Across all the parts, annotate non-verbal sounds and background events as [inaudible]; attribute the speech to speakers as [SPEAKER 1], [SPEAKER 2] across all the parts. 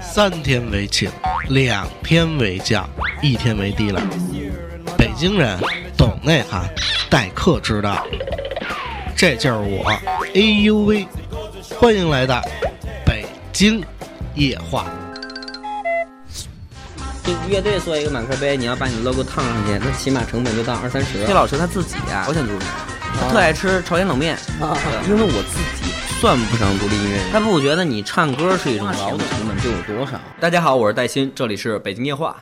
[SPEAKER 1] 三天为请，两天为假，一天为低了。北京人懂内涵，待客之道。这就是我，哎呦喂！欢迎来到北京夜话。
[SPEAKER 2] 这乐队做一个马克杯，你要把你 logo 烫上去，那起码成本就到二三十。
[SPEAKER 3] 这老师他自己啊，朝鲜族人，他特爱吃朝鲜冷面。
[SPEAKER 2] 啊
[SPEAKER 3] 因为我自己算不上独立音乐人。
[SPEAKER 2] 他不觉得你唱歌是一种劳动，成本就有多少？
[SPEAKER 3] 大家好，我是戴鑫，这里是北京夜话。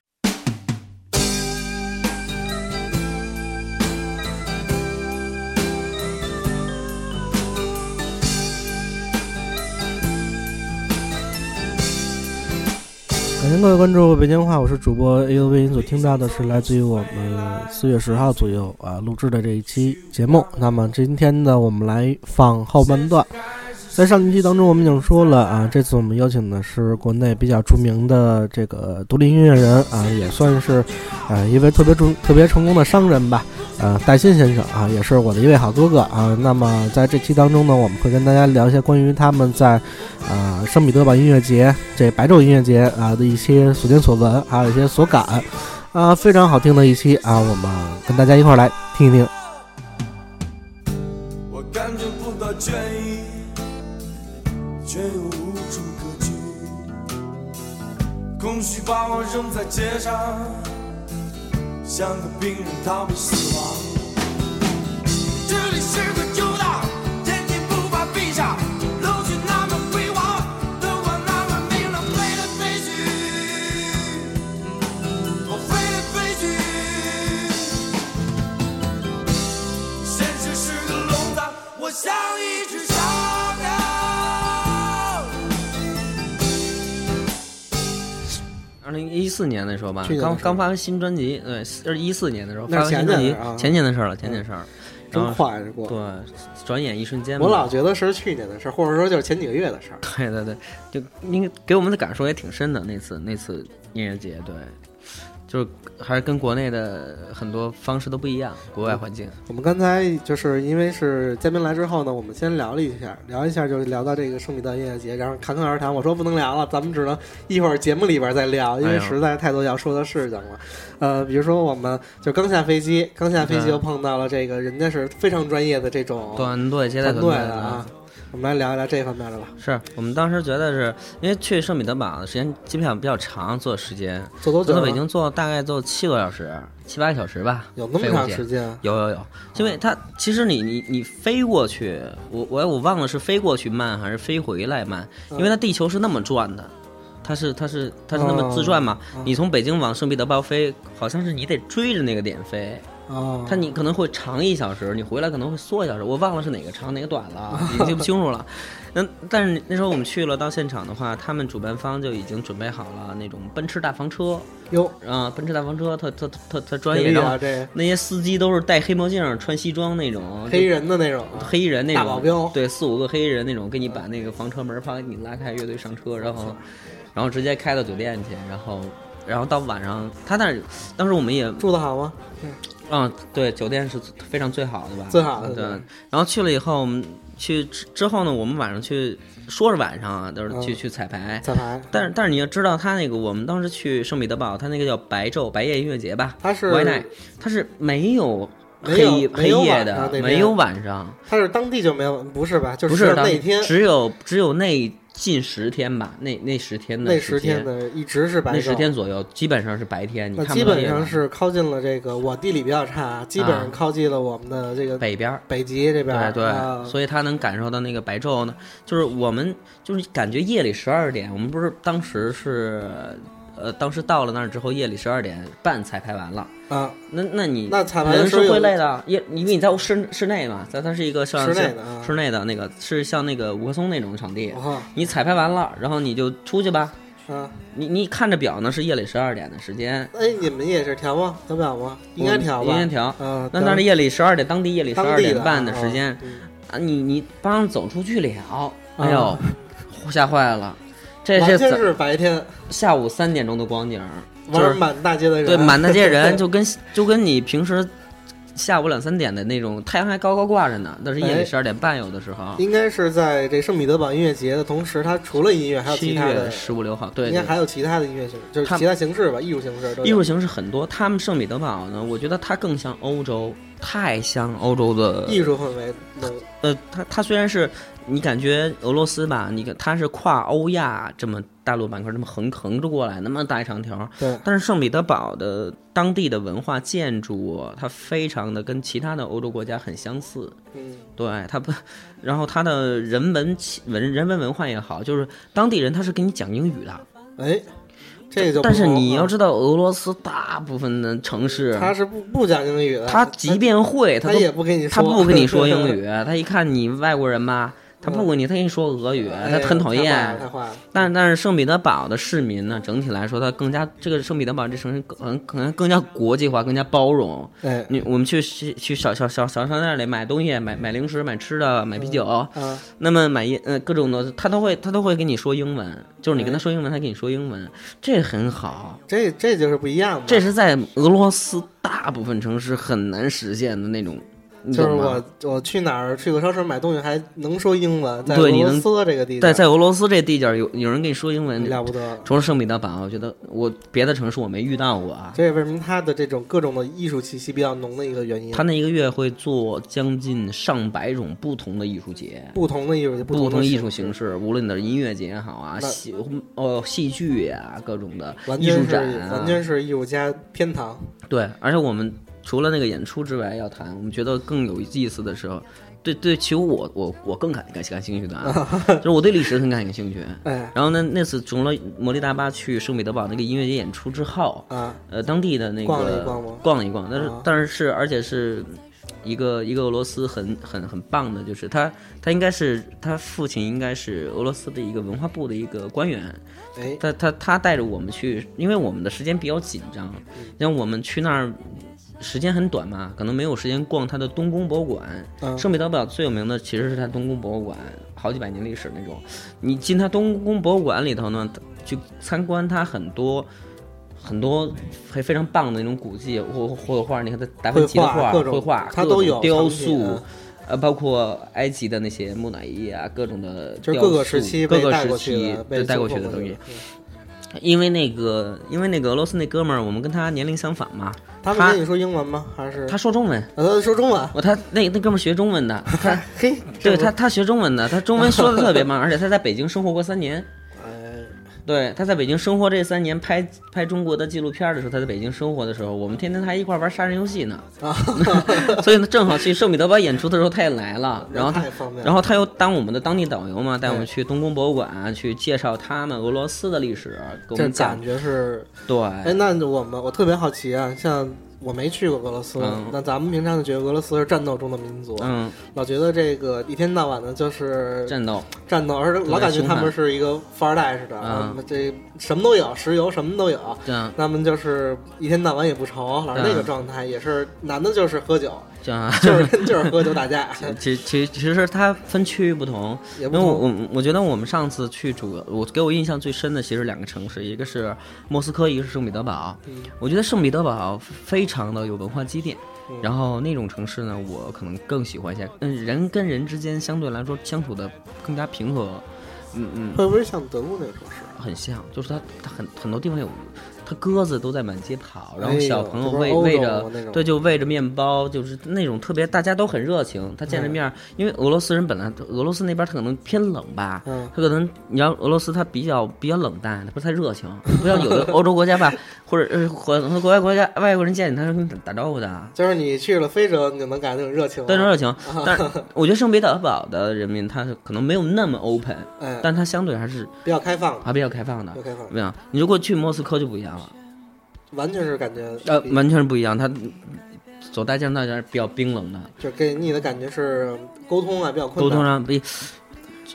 [SPEAKER 4] 感谢各位关注北京话，我是主播 A U V。您所听到的是来自于我们四月十号左右啊录制的这一期节目。那么今天呢，我们来放后半段。在上一期当中，我们已经说了啊，这次我们邀请的是国内比较著名的这个独立音乐人啊，也算是呃一位特别重特别成功的商人吧，呃，戴鑫先生啊，也是我的一位好哥哥啊。那么在这期当中呢，我们会跟大家聊一些关于他们在啊，圣彼得堡音乐节这白昼音乐节啊的一些所见所闻，还有一些所感，啊，非常好听的一期啊，我们跟大家一块儿来听一听。
[SPEAKER 5] 我感觉不到倦意，却又无处可去。空虚把我扔在街上，像个病人逃避死亡。这里是个游荡，眼睛不怕闭上。楼群那么辉煌，灯光那么明亮，飞来飞去，我飞来飞去。现实是个笼子，我像一只小鸟。
[SPEAKER 2] 二零一四年的时候吧
[SPEAKER 4] 去，年的
[SPEAKER 2] 刚
[SPEAKER 4] 事儿
[SPEAKER 2] 刚发完新专辑，对，是一四年的时候发
[SPEAKER 4] 那
[SPEAKER 2] 完
[SPEAKER 4] 是
[SPEAKER 2] 新
[SPEAKER 4] 前
[SPEAKER 2] 专辑
[SPEAKER 4] 年的事儿啊，
[SPEAKER 2] 前年的事儿了，前年的事儿了。然后
[SPEAKER 4] 快是过
[SPEAKER 2] 对，转眼一瞬间吧。
[SPEAKER 4] 呃我老觉得是去年的事儿，或者说就是前几个月的事儿。
[SPEAKER 2] [laughs] 对对对，就您给我们的感受也挺深的。那次那次音乐节，对，就是还是跟国内的很多方式都不一样，国外环境。
[SPEAKER 4] 我们刚才就是因为是嘉宾来之后呢，我们先聊了一下，聊一下就是聊到这个圣彼得音乐节，然后侃侃而谈。我说不能聊了，咱们只能一会儿节目里边再聊，因
[SPEAKER 2] 哎
[SPEAKER 4] 为
[SPEAKER 2] 呦
[SPEAKER 4] 实在太多要说的事情了。呃，比如说我们就刚下飞机，刚下飞机
[SPEAKER 2] 嗯
[SPEAKER 4] 就碰到了这个人家是非常专业的这种
[SPEAKER 2] 团队接待
[SPEAKER 4] 哦团
[SPEAKER 2] 团
[SPEAKER 4] 队
[SPEAKER 2] 队
[SPEAKER 4] 的啊，。我们来聊一聊这方面的吧，
[SPEAKER 2] 是我们当时觉得是因为去圣彼得堡的时间机票比较长，坐时间
[SPEAKER 4] 坐多久
[SPEAKER 2] 坐
[SPEAKER 4] 了？
[SPEAKER 2] 到北京坐大概坐七个小时，七八个小时吧。
[SPEAKER 4] 有那么
[SPEAKER 2] 飞过
[SPEAKER 4] 长
[SPEAKER 2] 去
[SPEAKER 4] 时间？啊
[SPEAKER 2] 有有有，因为它其实你你你飞过去，我我我忘了是飞过去慢还是飞回来慢，因为它地球是那么转的，它是它是它是那么自转嘛。你从北京往圣彼得堡飞，好像是你得追着那个点飞，
[SPEAKER 4] 哦，
[SPEAKER 2] 它你可能会长一小时，你回来可能会缩一小时，我忘了是哪个长哪个短了，已经 [laughs] 记不清楚了。那但是那时候我们去了到现场的话，他们主办方就已经准备好了那种奔驰大房车，
[SPEAKER 4] 哟，
[SPEAKER 2] 啊，奔驰大房车特特特特专业，
[SPEAKER 4] 对
[SPEAKER 2] 然后
[SPEAKER 4] 啊，这
[SPEAKER 2] 那些司机都是戴黑墨镜、穿西装那种，
[SPEAKER 4] 黑
[SPEAKER 2] 就
[SPEAKER 4] 人的那种啊，
[SPEAKER 2] 黑衣人那种
[SPEAKER 4] 大保镖
[SPEAKER 2] 对，四五个黑衣人那种，给你把那个房车门啪给你拉开，乐队上车，然后，然后直接开到酒店去，然后，然后到晚上，他那儿当时我们也，
[SPEAKER 4] 住的好吗？
[SPEAKER 2] 嗯，对，酒店是非常最好的吧，
[SPEAKER 4] 最好的
[SPEAKER 2] 对
[SPEAKER 4] 对。
[SPEAKER 2] 然后去了以后，我们去之之后呢，我们晚上去，说是晚上啊，都是去、
[SPEAKER 4] 嗯
[SPEAKER 2] 去彩排，
[SPEAKER 4] 彩排，
[SPEAKER 2] 但是但是你要知道，他那个我们当时去圣彼得堡，他那个叫白昼白夜音乐节吧，
[SPEAKER 4] 它是
[SPEAKER 2] White Night，它是没有
[SPEAKER 4] 没有
[SPEAKER 2] 黑
[SPEAKER 4] 没
[SPEAKER 2] 黑
[SPEAKER 4] 有
[SPEAKER 2] 夜
[SPEAKER 4] 晚上那
[SPEAKER 2] 的，
[SPEAKER 4] 边
[SPEAKER 2] 没有晚上，
[SPEAKER 4] 他是当地就没有，不是吧？就
[SPEAKER 2] 不
[SPEAKER 4] 是
[SPEAKER 2] 当
[SPEAKER 4] 那天
[SPEAKER 2] 只有只有那近十天吧，那那十天的
[SPEAKER 4] 那
[SPEAKER 2] 时
[SPEAKER 4] 十
[SPEAKER 2] 间
[SPEAKER 4] 天的一直是白
[SPEAKER 2] 那
[SPEAKER 4] 昼，
[SPEAKER 2] 十天左右，基本上是白天，你
[SPEAKER 4] 那
[SPEAKER 2] 看
[SPEAKER 4] 基
[SPEAKER 2] 不到
[SPEAKER 4] 本
[SPEAKER 2] 夜晚
[SPEAKER 4] 上是靠近了这个我地理比较差，啊基本上靠近了我们的这个
[SPEAKER 2] 啊北边儿。
[SPEAKER 4] 北极这
[SPEAKER 2] 对
[SPEAKER 4] 边儿，
[SPEAKER 2] 对，
[SPEAKER 4] 啊
[SPEAKER 2] 所以他能感受到那个白昼呢，就是我们就是感觉夜里十二点，我们不是当时是，呃，当时到了那儿之后，夜里十二点半彩排完了，
[SPEAKER 4] 啊，
[SPEAKER 2] 那那你
[SPEAKER 4] 那彩排的
[SPEAKER 2] 人
[SPEAKER 4] 时
[SPEAKER 2] 是
[SPEAKER 4] 候有
[SPEAKER 2] 会累的，也因为你在室室内嘛，在它是一个像
[SPEAKER 4] 室内
[SPEAKER 2] 像
[SPEAKER 4] 的啊
[SPEAKER 2] 室内的那个是像那个五棵松那种场地，
[SPEAKER 4] 哦
[SPEAKER 2] 你彩排完了，然后你就出去吧。
[SPEAKER 4] 啊，
[SPEAKER 2] 你你看着表呢，是夜里十二点的时间，
[SPEAKER 4] 哎，你们也是调吗？调不了吗？应该调吧，
[SPEAKER 2] 应该调
[SPEAKER 4] 嗯，
[SPEAKER 2] 那那是
[SPEAKER 4] 调
[SPEAKER 2] 夜里十二点，当地夜里十
[SPEAKER 4] 当
[SPEAKER 2] 二
[SPEAKER 4] 地的
[SPEAKER 2] 点半
[SPEAKER 4] 的
[SPEAKER 2] 的时间
[SPEAKER 4] 啊嗯
[SPEAKER 2] 啊，你你帮走出去了，哎呦，吓坏了，这
[SPEAKER 4] 完
[SPEAKER 2] 这
[SPEAKER 4] 全
[SPEAKER 2] 怎
[SPEAKER 4] 是白天，
[SPEAKER 2] 下午三点钟的光景儿，就
[SPEAKER 4] 完
[SPEAKER 2] 是
[SPEAKER 4] [laughs] 了满大街的人，
[SPEAKER 2] 对，满大街人就跟就跟你平时下午两三点的那种，太阳还高高挂着呢，那是夜
[SPEAKER 4] 哎
[SPEAKER 2] 里十二点半有的时候。
[SPEAKER 4] 应该是在这圣彼得堡音乐节的同时，它除了音乐还有
[SPEAKER 2] 七
[SPEAKER 4] 其他
[SPEAKER 2] 月
[SPEAKER 4] 的，
[SPEAKER 2] 十五六号，对
[SPEAKER 4] 应
[SPEAKER 2] 对
[SPEAKER 4] 该还有其他的音乐形式，就是
[SPEAKER 2] 他
[SPEAKER 4] 其他形式吧，艺术形式都有。
[SPEAKER 2] 艺术形式很多。他们圣彼得堡呢，我觉得它更像欧洲，太像欧洲的
[SPEAKER 4] 艺术氛围能
[SPEAKER 2] 呃，它它虽然是你感觉俄罗斯吧，你看它是跨欧亚这么大陆板块这么横横着过来，那么大一长条，
[SPEAKER 4] 对
[SPEAKER 2] 但是圣彼得堡的当地的文化建筑，它非常的跟其他的欧洲国家很相似，
[SPEAKER 4] 嗯
[SPEAKER 2] 对它不，然后它的人文气文人文文化也好，就是当地人他是给你讲英语的，
[SPEAKER 4] 哎，这就不
[SPEAKER 2] 但是
[SPEAKER 4] 同
[SPEAKER 2] 你
[SPEAKER 4] 了
[SPEAKER 2] 要知道俄罗斯大部分的城市，
[SPEAKER 4] 他是不不讲英语的，
[SPEAKER 2] 他即便会，
[SPEAKER 4] 他
[SPEAKER 2] 都
[SPEAKER 4] 也不跟你说，
[SPEAKER 2] 他不
[SPEAKER 4] [laughs]
[SPEAKER 2] 跟你说英语，他一看你外国人吧，他不跟你，他跟你说俄语，
[SPEAKER 4] 哎，
[SPEAKER 2] 他很讨厌
[SPEAKER 4] 太坏了。太坏了。
[SPEAKER 2] 但但是圣彼得堡的市民呢，整体来说，他更加这个圣彼得堡这城市可能可能更加国际化，更加包容。
[SPEAKER 4] 哎，
[SPEAKER 2] 你我们去去去小小小小商店里买东西，买买零食、买吃的、买啤酒，
[SPEAKER 4] 啊，
[SPEAKER 2] 那么买一呃各种东西，他都会他都会跟你说英文，就是你跟他说英文，他跟你说英文，这很好。
[SPEAKER 4] 这这就是不一样嘛。
[SPEAKER 2] 这是在俄罗斯大部分城市很难实现的那种，你
[SPEAKER 4] 就是
[SPEAKER 2] 懂吗
[SPEAKER 4] 我我去哪儿去个超市买东西还能说英文，在俄
[SPEAKER 2] 对你
[SPEAKER 4] 罗
[SPEAKER 2] 能
[SPEAKER 4] 斯这个地
[SPEAKER 2] 在
[SPEAKER 4] 方
[SPEAKER 2] 在俄罗斯这地界儿，有有人跟你说英文，
[SPEAKER 4] 了不得。
[SPEAKER 2] 除了圣彼得堡，我觉得我别的城市我没遇到过啊。
[SPEAKER 4] 这也为什么他的这种各种的艺术气息比较浓的一个原因。
[SPEAKER 2] 他那一个月会做将近上百种不同的艺术节，
[SPEAKER 4] 不同的艺术，
[SPEAKER 2] 不
[SPEAKER 4] 同
[SPEAKER 2] 同
[SPEAKER 4] 的
[SPEAKER 2] 艺术
[SPEAKER 4] 形
[SPEAKER 2] 形式，无论你是音乐节也好啊，
[SPEAKER 4] 那
[SPEAKER 2] 戏哦戏剧呀、各种的
[SPEAKER 4] 完
[SPEAKER 2] 艺
[SPEAKER 4] 全
[SPEAKER 2] 术
[SPEAKER 4] 是
[SPEAKER 2] 展啊
[SPEAKER 4] 完，全是艺术家天堂。
[SPEAKER 2] 对。而且我们除了那个演出之外，要谈我们觉得更有意思的时候，对对，其实我我我更感感感兴趣的啊，就是我对历史很感兴趣。
[SPEAKER 4] 哎
[SPEAKER 2] 然后呢，那次除了魔力大巴去圣彼得堡那个音乐节演出之后，
[SPEAKER 4] 啊，
[SPEAKER 2] 呃，当地的那个
[SPEAKER 4] 逛了一逛吗
[SPEAKER 2] 逛了一逛但是、
[SPEAKER 4] 啊
[SPEAKER 2] 但是是而且是一个一个俄罗斯很很很棒的，就是他他应该是他父亲应该是俄罗斯的一个文化部的一个官员，
[SPEAKER 4] 哎，
[SPEAKER 2] 他他他带着我们去，因为我们的时间比较紧张，
[SPEAKER 4] 嗯
[SPEAKER 2] 像我们去那儿。时间很短嘛，可能没有时间逛它的东宫博物馆。
[SPEAKER 4] 嗯
[SPEAKER 2] 圣彼得堡最有名的其实是它东宫博物馆，好几百年历史那种。你进它东宫博物馆里头呢，去参观它很多很多非非常棒的那种古迹或或画，你看它达芬奇的
[SPEAKER 4] 绘画
[SPEAKER 2] 画、
[SPEAKER 4] 各种
[SPEAKER 2] 绘画，
[SPEAKER 4] 它
[SPEAKER 2] 各种
[SPEAKER 4] 都有
[SPEAKER 2] 雕
[SPEAKER 4] 藏品
[SPEAKER 2] 塑
[SPEAKER 4] 啊，
[SPEAKER 2] 呃，包括埃及的那些木乃伊啊，各种的
[SPEAKER 4] 就
[SPEAKER 2] 雕
[SPEAKER 4] 是
[SPEAKER 2] 塑，
[SPEAKER 4] 各个时期
[SPEAKER 2] 各
[SPEAKER 4] 被
[SPEAKER 2] 个
[SPEAKER 4] 带
[SPEAKER 2] 时
[SPEAKER 4] 过去
[SPEAKER 2] 期
[SPEAKER 4] 的，被
[SPEAKER 2] 对带过
[SPEAKER 4] 去
[SPEAKER 2] 去
[SPEAKER 4] 的
[SPEAKER 2] 的东西。。
[SPEAKER 4] 嗯
[SPEAKER 2] 因为那个，因为那个俄罗斯那哥们儿，我们跟他年龄相反嘛，
[SPEAKER 4] 他们跟你说英文吗？还是
[SPEAKER 2] 他说中文，
[SPEAKER 4] 呃他说中文？
[SPEAKER 2] 我他那那哥们儿学中文
[SPEAKER 4] [laughs]
[SPEAKER 2] 的，他
[SPEAKER 4] 嘿，这
[SPEAKER 2] 对
[SPEAKER 4] 不
[SPEAKER 2] 他他学中文的，他中文说的特别
[SPEAKER 4] [laughs]
[SPEAKER 2] 棒，而且他在北京生活过三年，
[SPEAKER 4] 哎，
[SPEAKER 2] 对，他在北京生活这三年拍拍中国的纪录片的时候，他在北京生活的时候，我们天天还一块儿玩杀人游戏
[SPEAKER 4] [laughs]
[SPEAKER 2] 呢， [laughs]
[SPEAKER 4] 啊
[SPEAKER 2] 所以呢，正好去圣彼得堡演出的时候他也来
[SPEAKER 4] [laughs]
[SPEAKER 2] 了，然后他
[SPEAKER 4] 太方便了，
[SPEAKER 2] 然后他又当我们的当地导游嘛，带我们去东宫博物馆啊去介绍他们俄罗斯的历史，给我
[SPEAKER 4] 这
[SPEAKER 2] 们讲
[SPEAKER 4] 感觉是
[SPEAKER 2] 对，
[SPEAKER 4] 哎， [laughs] 那我们我特别好奇啊，像我没去过俄罗斯，
[SPEAKER 2] 嗯
[SPEAKER 4] 那咱们平常就觉得俄罗斯是战斗中的民族，啊
[SPEAKER 2] 嗯，
[SPEAKER 4] 老觉得这个一天到晚的就是
[SPEAKER 2] 战斗。
[SPEAKER 4] 战斗，而老感觉他们是一个富二代似的，
[SPEAKER 2] 嗯
[SPEAKER 4] 嗯这什么都有，石油什么都有。
[SPEAKER 2] 这样
[SPEAKER 4] 他们就是一天到晚也不愁，老是
[SPEAKER 2] 嗯
[SPEAKER 4] 那个状态，也是男的就是喝酒，
[SPEAKER 2] 这样啊，
[SPEAKER 4] 就是
[SPEAKER 2] [laughs]
[SPEAKER 4] 就是喝酒打架，
[SPEAKER 2] 其其其实它分区域不同，
[SPEAKER 4] 嗯也
[SPEAKER 2] 因
[SPEAKER 4] 不
[SPEAKER 2] 为我
[SPEAKER 4] 同。
[SPEAKER 2] 我我觉得我们上次去主要我给我印象最深的其实两个城市，一个是莫斯科，一个是圣彼得堡。
[SPEAKER 4] 嗯
[SPEAKER 2] 我觉得圣彼得堡非常的有文化积淀
[SPEAKER 4] 嗯，
[SPEAKER 2] 然后那种城市呢，我可能更喜欢一些，嗯，人跟人之间相对来说相处的更加平和，嗯嗯，
[SPEAKER 4] 会不会像德国那种是？
[SPEAKER 2] 很像，就是它它很很多地方有，它鸽子都在满街跑，然
[SPEAKER 4] 哎
[SPEAKER 2] 后
[SPEAKER 4] 呦
[SPEAKER 2] 小朋友
[SPEAKER 4] 这不是
[SPEAKER 2] 喂
[SPEAKER 4] 欧洲
[SPEAKER 2] 喂
[SPEAKER 4] 吗那种
[SPEAKER 2] 着，对，就喂着面包，就是那种特别大家都很热情。他
[SPEAKER 4] 嗯
[SPEAKER 2] 见着面儿，因为俄罗斯人本来俄罗斯那边他可能偏冷吧，
[SPEAKER 4] 嗯
[SPEAKER 2] 他可能你要俄罗斯他比较比较冷淡，他不太热情，不像有的欧洲国家吧， [laughs] 或者呃或者国外国家外国人见你他是跟你打打招呼的。
[SPEAKER 4] 就是你去了非洲，你就能感觉那种热情了。
[SPEAKER 2] 但是热情，
[SPEAKER 4] 哦
[SPEAKER 2] 但是我觉得圣彼得堡的人民他是可能没有那么 open，
[SPEAKER 4] 哎，
[SPEAKER 2] 但他相对还是
[SPEAKER 4] 比较开放，
[SPEAKER 2] 啊还比较开放的
[SPEAKER 4] 比较。开放，
[SPEAKER 2] 不一样，你如果去莫斯科就不一样了，
[SPEAKER 4] 完全是感觉
[SPEAKER 2] 呃，完全不一样。他走大街上大家比较冰冷的，
[SPEAKER 4] 就是给你的感觉是沟通啊比较困
[SPEAKER 2] 沟
[SPEAKER 4] 难。
[SPEAKER 2] 通上比，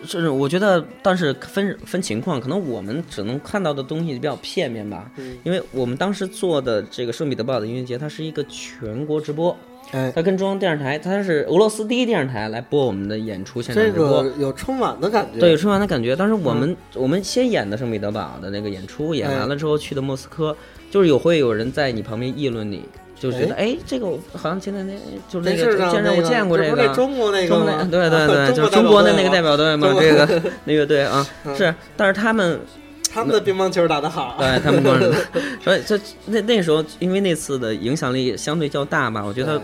[SPEAKER 2] 这是我觉得，但是分分情况，可能我们只能看到的东西比较片面吧。
[SPEAKER 4] 嗯
[SPEAKER 2] 因为我们当时做的这个圣彼得堡的音乐节，它是一个全国直播，
[SPEAKER 4] 哎，
[SPEAKER 2] 它跟中央电视台，它是俄罗斯第一电视台来播我们的演出现场
[SPEAKER 4] 这
[SPEAKER 2] 直播。
[SPEAKER 4] 个有春晚的感觉。
[SPEAKER 2] 对，有春晚的感觉。当时
[SPEAKER 4] 嗯
[SPEAKER 2] 我们、我们先演的圣彼得堡的那个演出，演
[SPEAKER 4] 哎
[SPEAKER 2] 完了之后去的莫斯科，就是有会有人在你旁边议论你，就觉得哎，这个我好像前两天就那
[SPEAKER 4] 电
[SPEAKER 2] 个
[SPEAKER 4] 视上
[SPEAKER 2] 见着
[SPEAKER 4] 啊那
[SPEAKER 2] 我
[SPEAKER 4] 个
[SPEAKER 2] 见过
[SPEAKER 4] 这
[SPEAKER 2] 这
[SPEAKER 4] 不
[SPEAKER 2] 个
[SPEAKER 4] 是那中国那个
[SPEAKER 2] 中
[SPEAKER 4] 吗
[SPEAKER 2] 国对对
[SPEAKER 4] [laughs]
[SPEAKER 2] 对，就是中
[SPEAKER 4] 中
[SPEAKER 2] 国
[SPEAKER 4] 的
[SPEAKER 2] 的那个代表队嘛，
[SPEAKER 4] 中国嗯
[SPEAKER 2] 这个
[SPEAKER 4] [laughs]
[SPEAKER 2] 那乐队啊，是，但是他们
[SPEAKER 4] 他们的乒乓球打得好，
[SPEAKER 2] 对
[SPEAKER 4] [laughs]
[SPEAKER 2] 他们关注，所以这那那时候因为那次的影响力相对较大吧，我觉得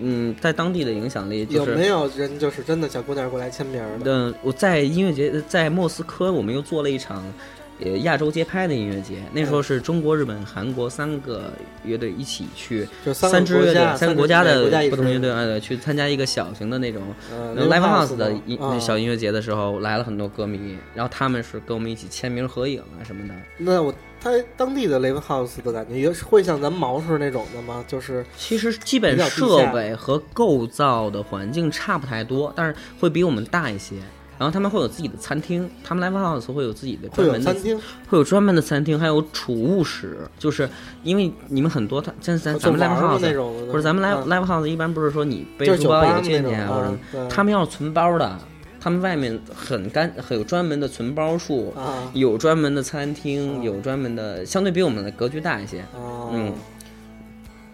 [SPEAKER 2] 嗯，在当地的影响力就
[SPEAKER 4] 哎有没
[SPEAKER 2] 是。
[SPEAKER 4] 有人就是真的小姑娘过来签名儿的？
[SPEAKER 2] 嗯，我在音乐节，在莫斯科，我们又做了一场，呃，亚洲节拍的音乐节。那时候是中国、日本、韩国三个乐队一起去，
[SPEAKER 4] 就三
[SPEAKER 2] 三
[SPEAKER 4] 个
[SPEAKER 2] 支
[SPEAKER 4] 国
[SPEAKER 2] 乐
[SPEAKER 4] 家，
[SPEAKER 2] 队、三个
[SPEAKER 4] 国
[SPEAKER 2] 国家的
[SPEAKER 4] 国家一
[SPEAKER 2] 不同
[SPEAKER 4] 支
[SPEAKER 2] 乐队，哎，对，去参加一个小型的那种
[SPEAKER 4] 呃
[SPEAKER 2] live
[SPEAKER 4] Live
[SPEAKER 2] house 的
[SPEAKER 4] 嘛
[SPEAKER 2] 音
[SPEAKER 4] 啊
[SPEAKER 2] 小音乐节的时候，来了很多歌迷，然后他们是跟我们一起签名合影啊什么的。
[SPEAKER 4] 那我他当地的 live house 的感觉，也是会像咱们毛市那种的吗？就是
[SPEAKER 2] 其实基本
[SPEAKER 4] 比较低
[SPEAKER 2] 设
[SPEAKER 4] 下
[SPEAKER 2] 备和构造的环境差不太多，但是会比我们大一些。然后他们会有自己的餐厅，他们 live house 会有自己的
[SPEAKER 4] 会
[SPEAKER 2] 专
[SPEAKER 4] 有
[SPEAKER 2] 门的
[SPEAKER 4] 餐厅，
[SPEAKER 2] 会有专门的餐厅，还有储物室，就是因为你们很多，他像咱咱们
[SPEAKER 4] 就
[SPEAKER 2] live
[SPEAKER 4] 玩儿的那
[SPEAKER 2] house，
[SPEAKER 4] 种的，
[SPEAKER 2] 不是咱们 live
[SPEAKER 4] 嗯
[SPEAKER 2] live house 一般不是说你背
[SPEAKER 4] 就是
[SPEAKER 2] 书
[SPEAKER 4] 酒
[SPEAKER 2] 包
[SPEAKER 4] 吧
[SPEAKER 2] 有
[SPEAKER 4] 那
[SPEAKER 2] 进
[SPEAKER 4] 种
[SPEAKER 2] 去啊或者什么
[SPEAKER 4] 啊，对
[SPEAKER 2] 他们要是存包的，他们外面很干，很有专门的存包处，
[SPEAKER 4] 啊
[SPEAKER 2] 有专门的餐厅，有专门的，相对比我们的格局大一些。
[SPEAKER 4] 啊
[SPEAKER 2] 嗯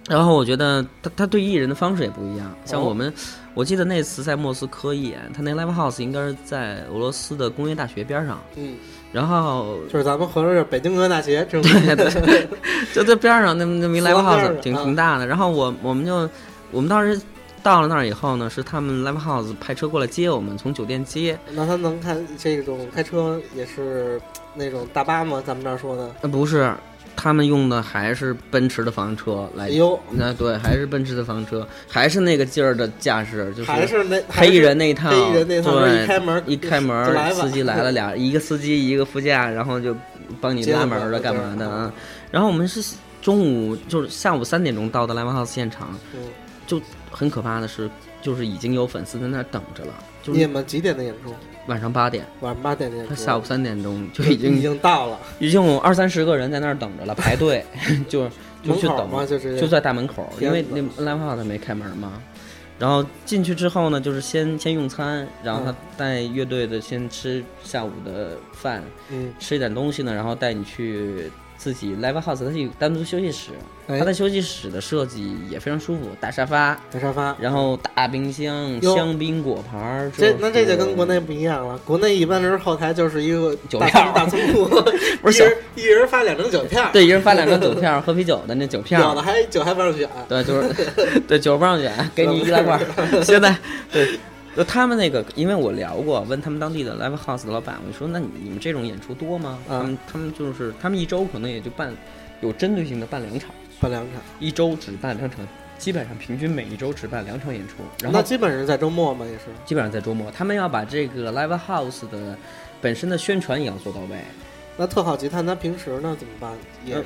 [SPEAKER 2] 然后我觉得他他对艺人的方式也不一样，像
[SPEAKER 4] 哦
[SPEAKER 2] 我们，我记得那次在莫斯科一演，他那 live house 应该是在俄罗斯的工业大学边上，
[SPEAKER 4] 嗯，
[SPEAKER 2] 然后
[SPEAKER 4] 就是咱们合着是北京哥大学这种
[SPEAKER 2] [laughs] 对对，就在边上那么那么一
[SPEAKER 4] 死
[SPEAKER 2] live
[SPEAKER 4] 亡边
[SPEAKER 2] house
[SPEAKER 4] 上
[SPEAKER 2] 挺
[SPEAKER 4] 啊
[SPEAKER 2] 挺大的。然后我我们就我们当时到了那儿以后呢，是他们 live house 派车过来接我们，从酒店接。
[SPEAKER 4] 那他能看这种开车也是那种大巴吗？咱们这儿说的，
[SPEAKER 2] 呃，不是，他们用的还是奔驰的房车来
[SPEAKER 4] 哎。呦，
[SPEAKER 2] 那对，还是奔驰的房车，还是那个劲儿的架势，就是
[SPEAKER 4] 哎还是那还
[SPEAKER 2] 黑
[SPEAKER 4] 是
[SPEAKER 2] 衣人那一套，
[SPEAKER 4] 黑衣人那套，
[SPEAKER 2] 对，
[SPEAKER 4] 一开门
[SPEAKER 2] 一开门
[SPEAKER 4] 就
[SPEAKER 2] 儿，
[SPEAKER 4] 来吧
[SPEAKER 2] 司机来了，
[SPEAKER 4] [laughs]
[SPEAKER 2] 俩，一个司机一个副驾，然后就帮你
[SPEAKER 4] 接
[SPEAKER 2] 拉
[SPEAKER 4] 了
[SPEAKER 2] 门儿
[SPEAKER 4] 吧
[SPEAKER 2] 的
[SPEAKER 4] 就
[SPEAKER 2] 干
[SPEAKER 4] 是
[SPEAKER 2] 嘛的啊
[SPEAKER 4] 啊？
[SPEAKER 2] 然后我们是中午就是下午三点钟到的 Live House 现场，
[SPEAKER 4] 嗯
[SPEAKER 2] 就很可怕的是，就是已经有粉丝在那儿等着了，就
[SPEAKER 4] 你
[SPEAKER 2] 是
[SPEAKER 4] 们几点的演出？
[SPEAKER 2] 晚上八点，
[SPEAKER 4] 晚上八点的演
[SPEAKER 2] 他
[SPEAKER 4] 出，嗯
[SPEAKER 2] 下 [laughs] 午三点钟就
[SPEAKER 4] 已
[SPEAKER 2] 已经
[SPEAKER 4] 经到了，
[SPEAKER 2] 已经有二三十个人在那儿等着了，排队， [laughs]
[SPEAKER 4] [laughs]
[SPEAKER 2] 就就
[SPEAKER 4] 门
[SPEAKER 2] 去
[SPEAKER 4] 口
[SPEAKER 2] 等
[SPEAKER 4] 吗？就是
[SPEAKER 2] 就在大门口，
[SPEAKER 4] 天
[SPEAKER 2] 因为
[SPEAKER 4] 哪
[SPEAKER 2] 那 live house 没开门嘛。然后进去之后呢，就是先先用餐，然后他
[SPEAKER 4] 嗯
[SPEAKER 2] 带乐队的先吃下午的饭，
[SPEAKER 4] 嗯，
[SPEAKER 2] 吃一点东西呢，然后带你去自己 live house，它是有单独休息室，
[SPEAKER 4] 哎
[SPEAKER 2] 它的休息室的设计也非常舒服，大沙发，
[SPEAKER 4] 在沙发。
[SPEAKER 2] 然后大冰箱、
[SPEAKER 4] 哟
[SPEAKER 2] 香槟果盘儿，
[SPEAKER 4] 这
[SPEAKER 2] 是
[SPEAKER 4] 那这就跟国内不一样了，国内一般人后台就是一个
[SPEAKER 2] 酒
[SPEAKER 4] 大
[SPEAKER 2] 票
[SPEAKER 4] 仓大仓库，
[SPEAKER 2] [laughs] 不
[SPEAKER 4] [laughs] 一
[SPEAKER 2] 是
[SPEAKER 4] 人一人发两张酒票，
[SPEAKER 2] 对，一人发两张酒票，喝啤酒的那酒票，
[SPEAKER 4] 有的还酒还不让选，
[SPEAKER 2] 对，就是对酒不让选，给你易拉罐儿。
[SPEAKER 4] [laughs]
[SPEAKER 2] 现在对，就他们那个，因为我聊过，问他们当地的 live house 的老板，我说那你你们这种演出多吗？
[SPEAKER 4] 啊
[SPEAKER 2] 他们他们就是他们一周可能也就办有针对性的办两场，
[SPEAKER 4] 办两场。
[SPEAKER 2] 一周只办两场，基本上平均每一周只办两场演出，然
[SPEAKER 4] 那
[SPEAKER 2] 后
[SPEAKER 4] 基本是在周末嘛，也是
[SPEAKER 2] 基本上在周末，他们要把这个 live house 的本身的宣传也要做到位。
[SPEAKER 4] 那特好奇，探他平时呢怎么办？也
[SPEAKER 2] 呃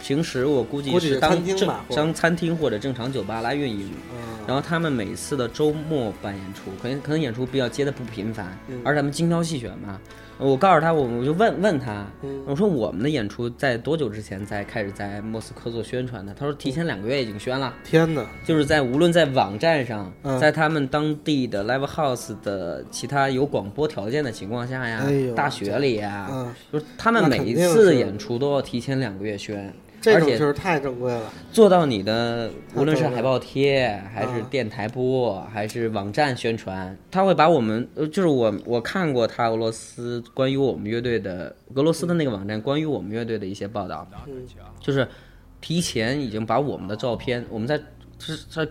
[SPEAKER 2] 平时我估计
[SPEAKER 4] 估计
[SPEAKER 2] 是
[SPEAKER 4] 是
[SPEAKER 2] 当
[SPEAKER 4] 餐厅
[SPEAKER 2] 正
[SPEAKER 4] 吧或者
[SPEAKER 2] 当餐厅或者正常酒吧来运营，
[SPEAKER 4] 嗯
[SPEAKER 2] 然后他们每次的周末办演出，可能可能演出比较接的不频繁，
[SPEAKER 4] 嗯
[SPEAKER 2] 而咱们精挑细选嘛。我告诉他，我我就问问他，
[SPEAKER 4] 嗯
[SPEAKER 2] 我说我们的演出在多久之前才开始在莫斯科做宣传的？他说提前两个月已经宣了，
[SPEAKER 4] 天哪，
[SPEAKER 2] 就是在无论在网站上，
[SPEAKER 4] 嗯
[SPEAKER 2] 在他们当地的 live house 的其他有广播条件的情况下呀，
[SPEAKER 4] 哎呦
[SPEAKER 2] 大学里呀，
[SPEAKER 4] 嗯
[SPEAKER 2] 就是他们
[SPEAKER 4] 那
[SPEAKER 2] 每
[SPEAKER 4] 肯
[SPEAKER 2] 一
[SPEAKER 4] 定
[SPEAKER 2] 次
[SPEAKER 4] 是
[SPEAKER 2] 演出都要提前两个月宣，
[SPEAKER 4] 这
[SPEAKER 2] 而
[SPEAKER 4] 种
[SPEAKER 2] 且
[SPEAKER 4] 就是太正规了。
[SPEAKER 2] 做到你的，无论是
[SPEAKER 4] 太多了啊
[SPEAKER 2] 海报贴，还是电台播，还是网站宣传，他会把我们，呃就是我我看过他俄罗斯关于我们乐队的俄罗斯的那个网站关于我们乐队的一些报道，
[SPEAKER 4] 嗯
[SPEAKER 2] 就是提前已经把我们的照片，我们在是在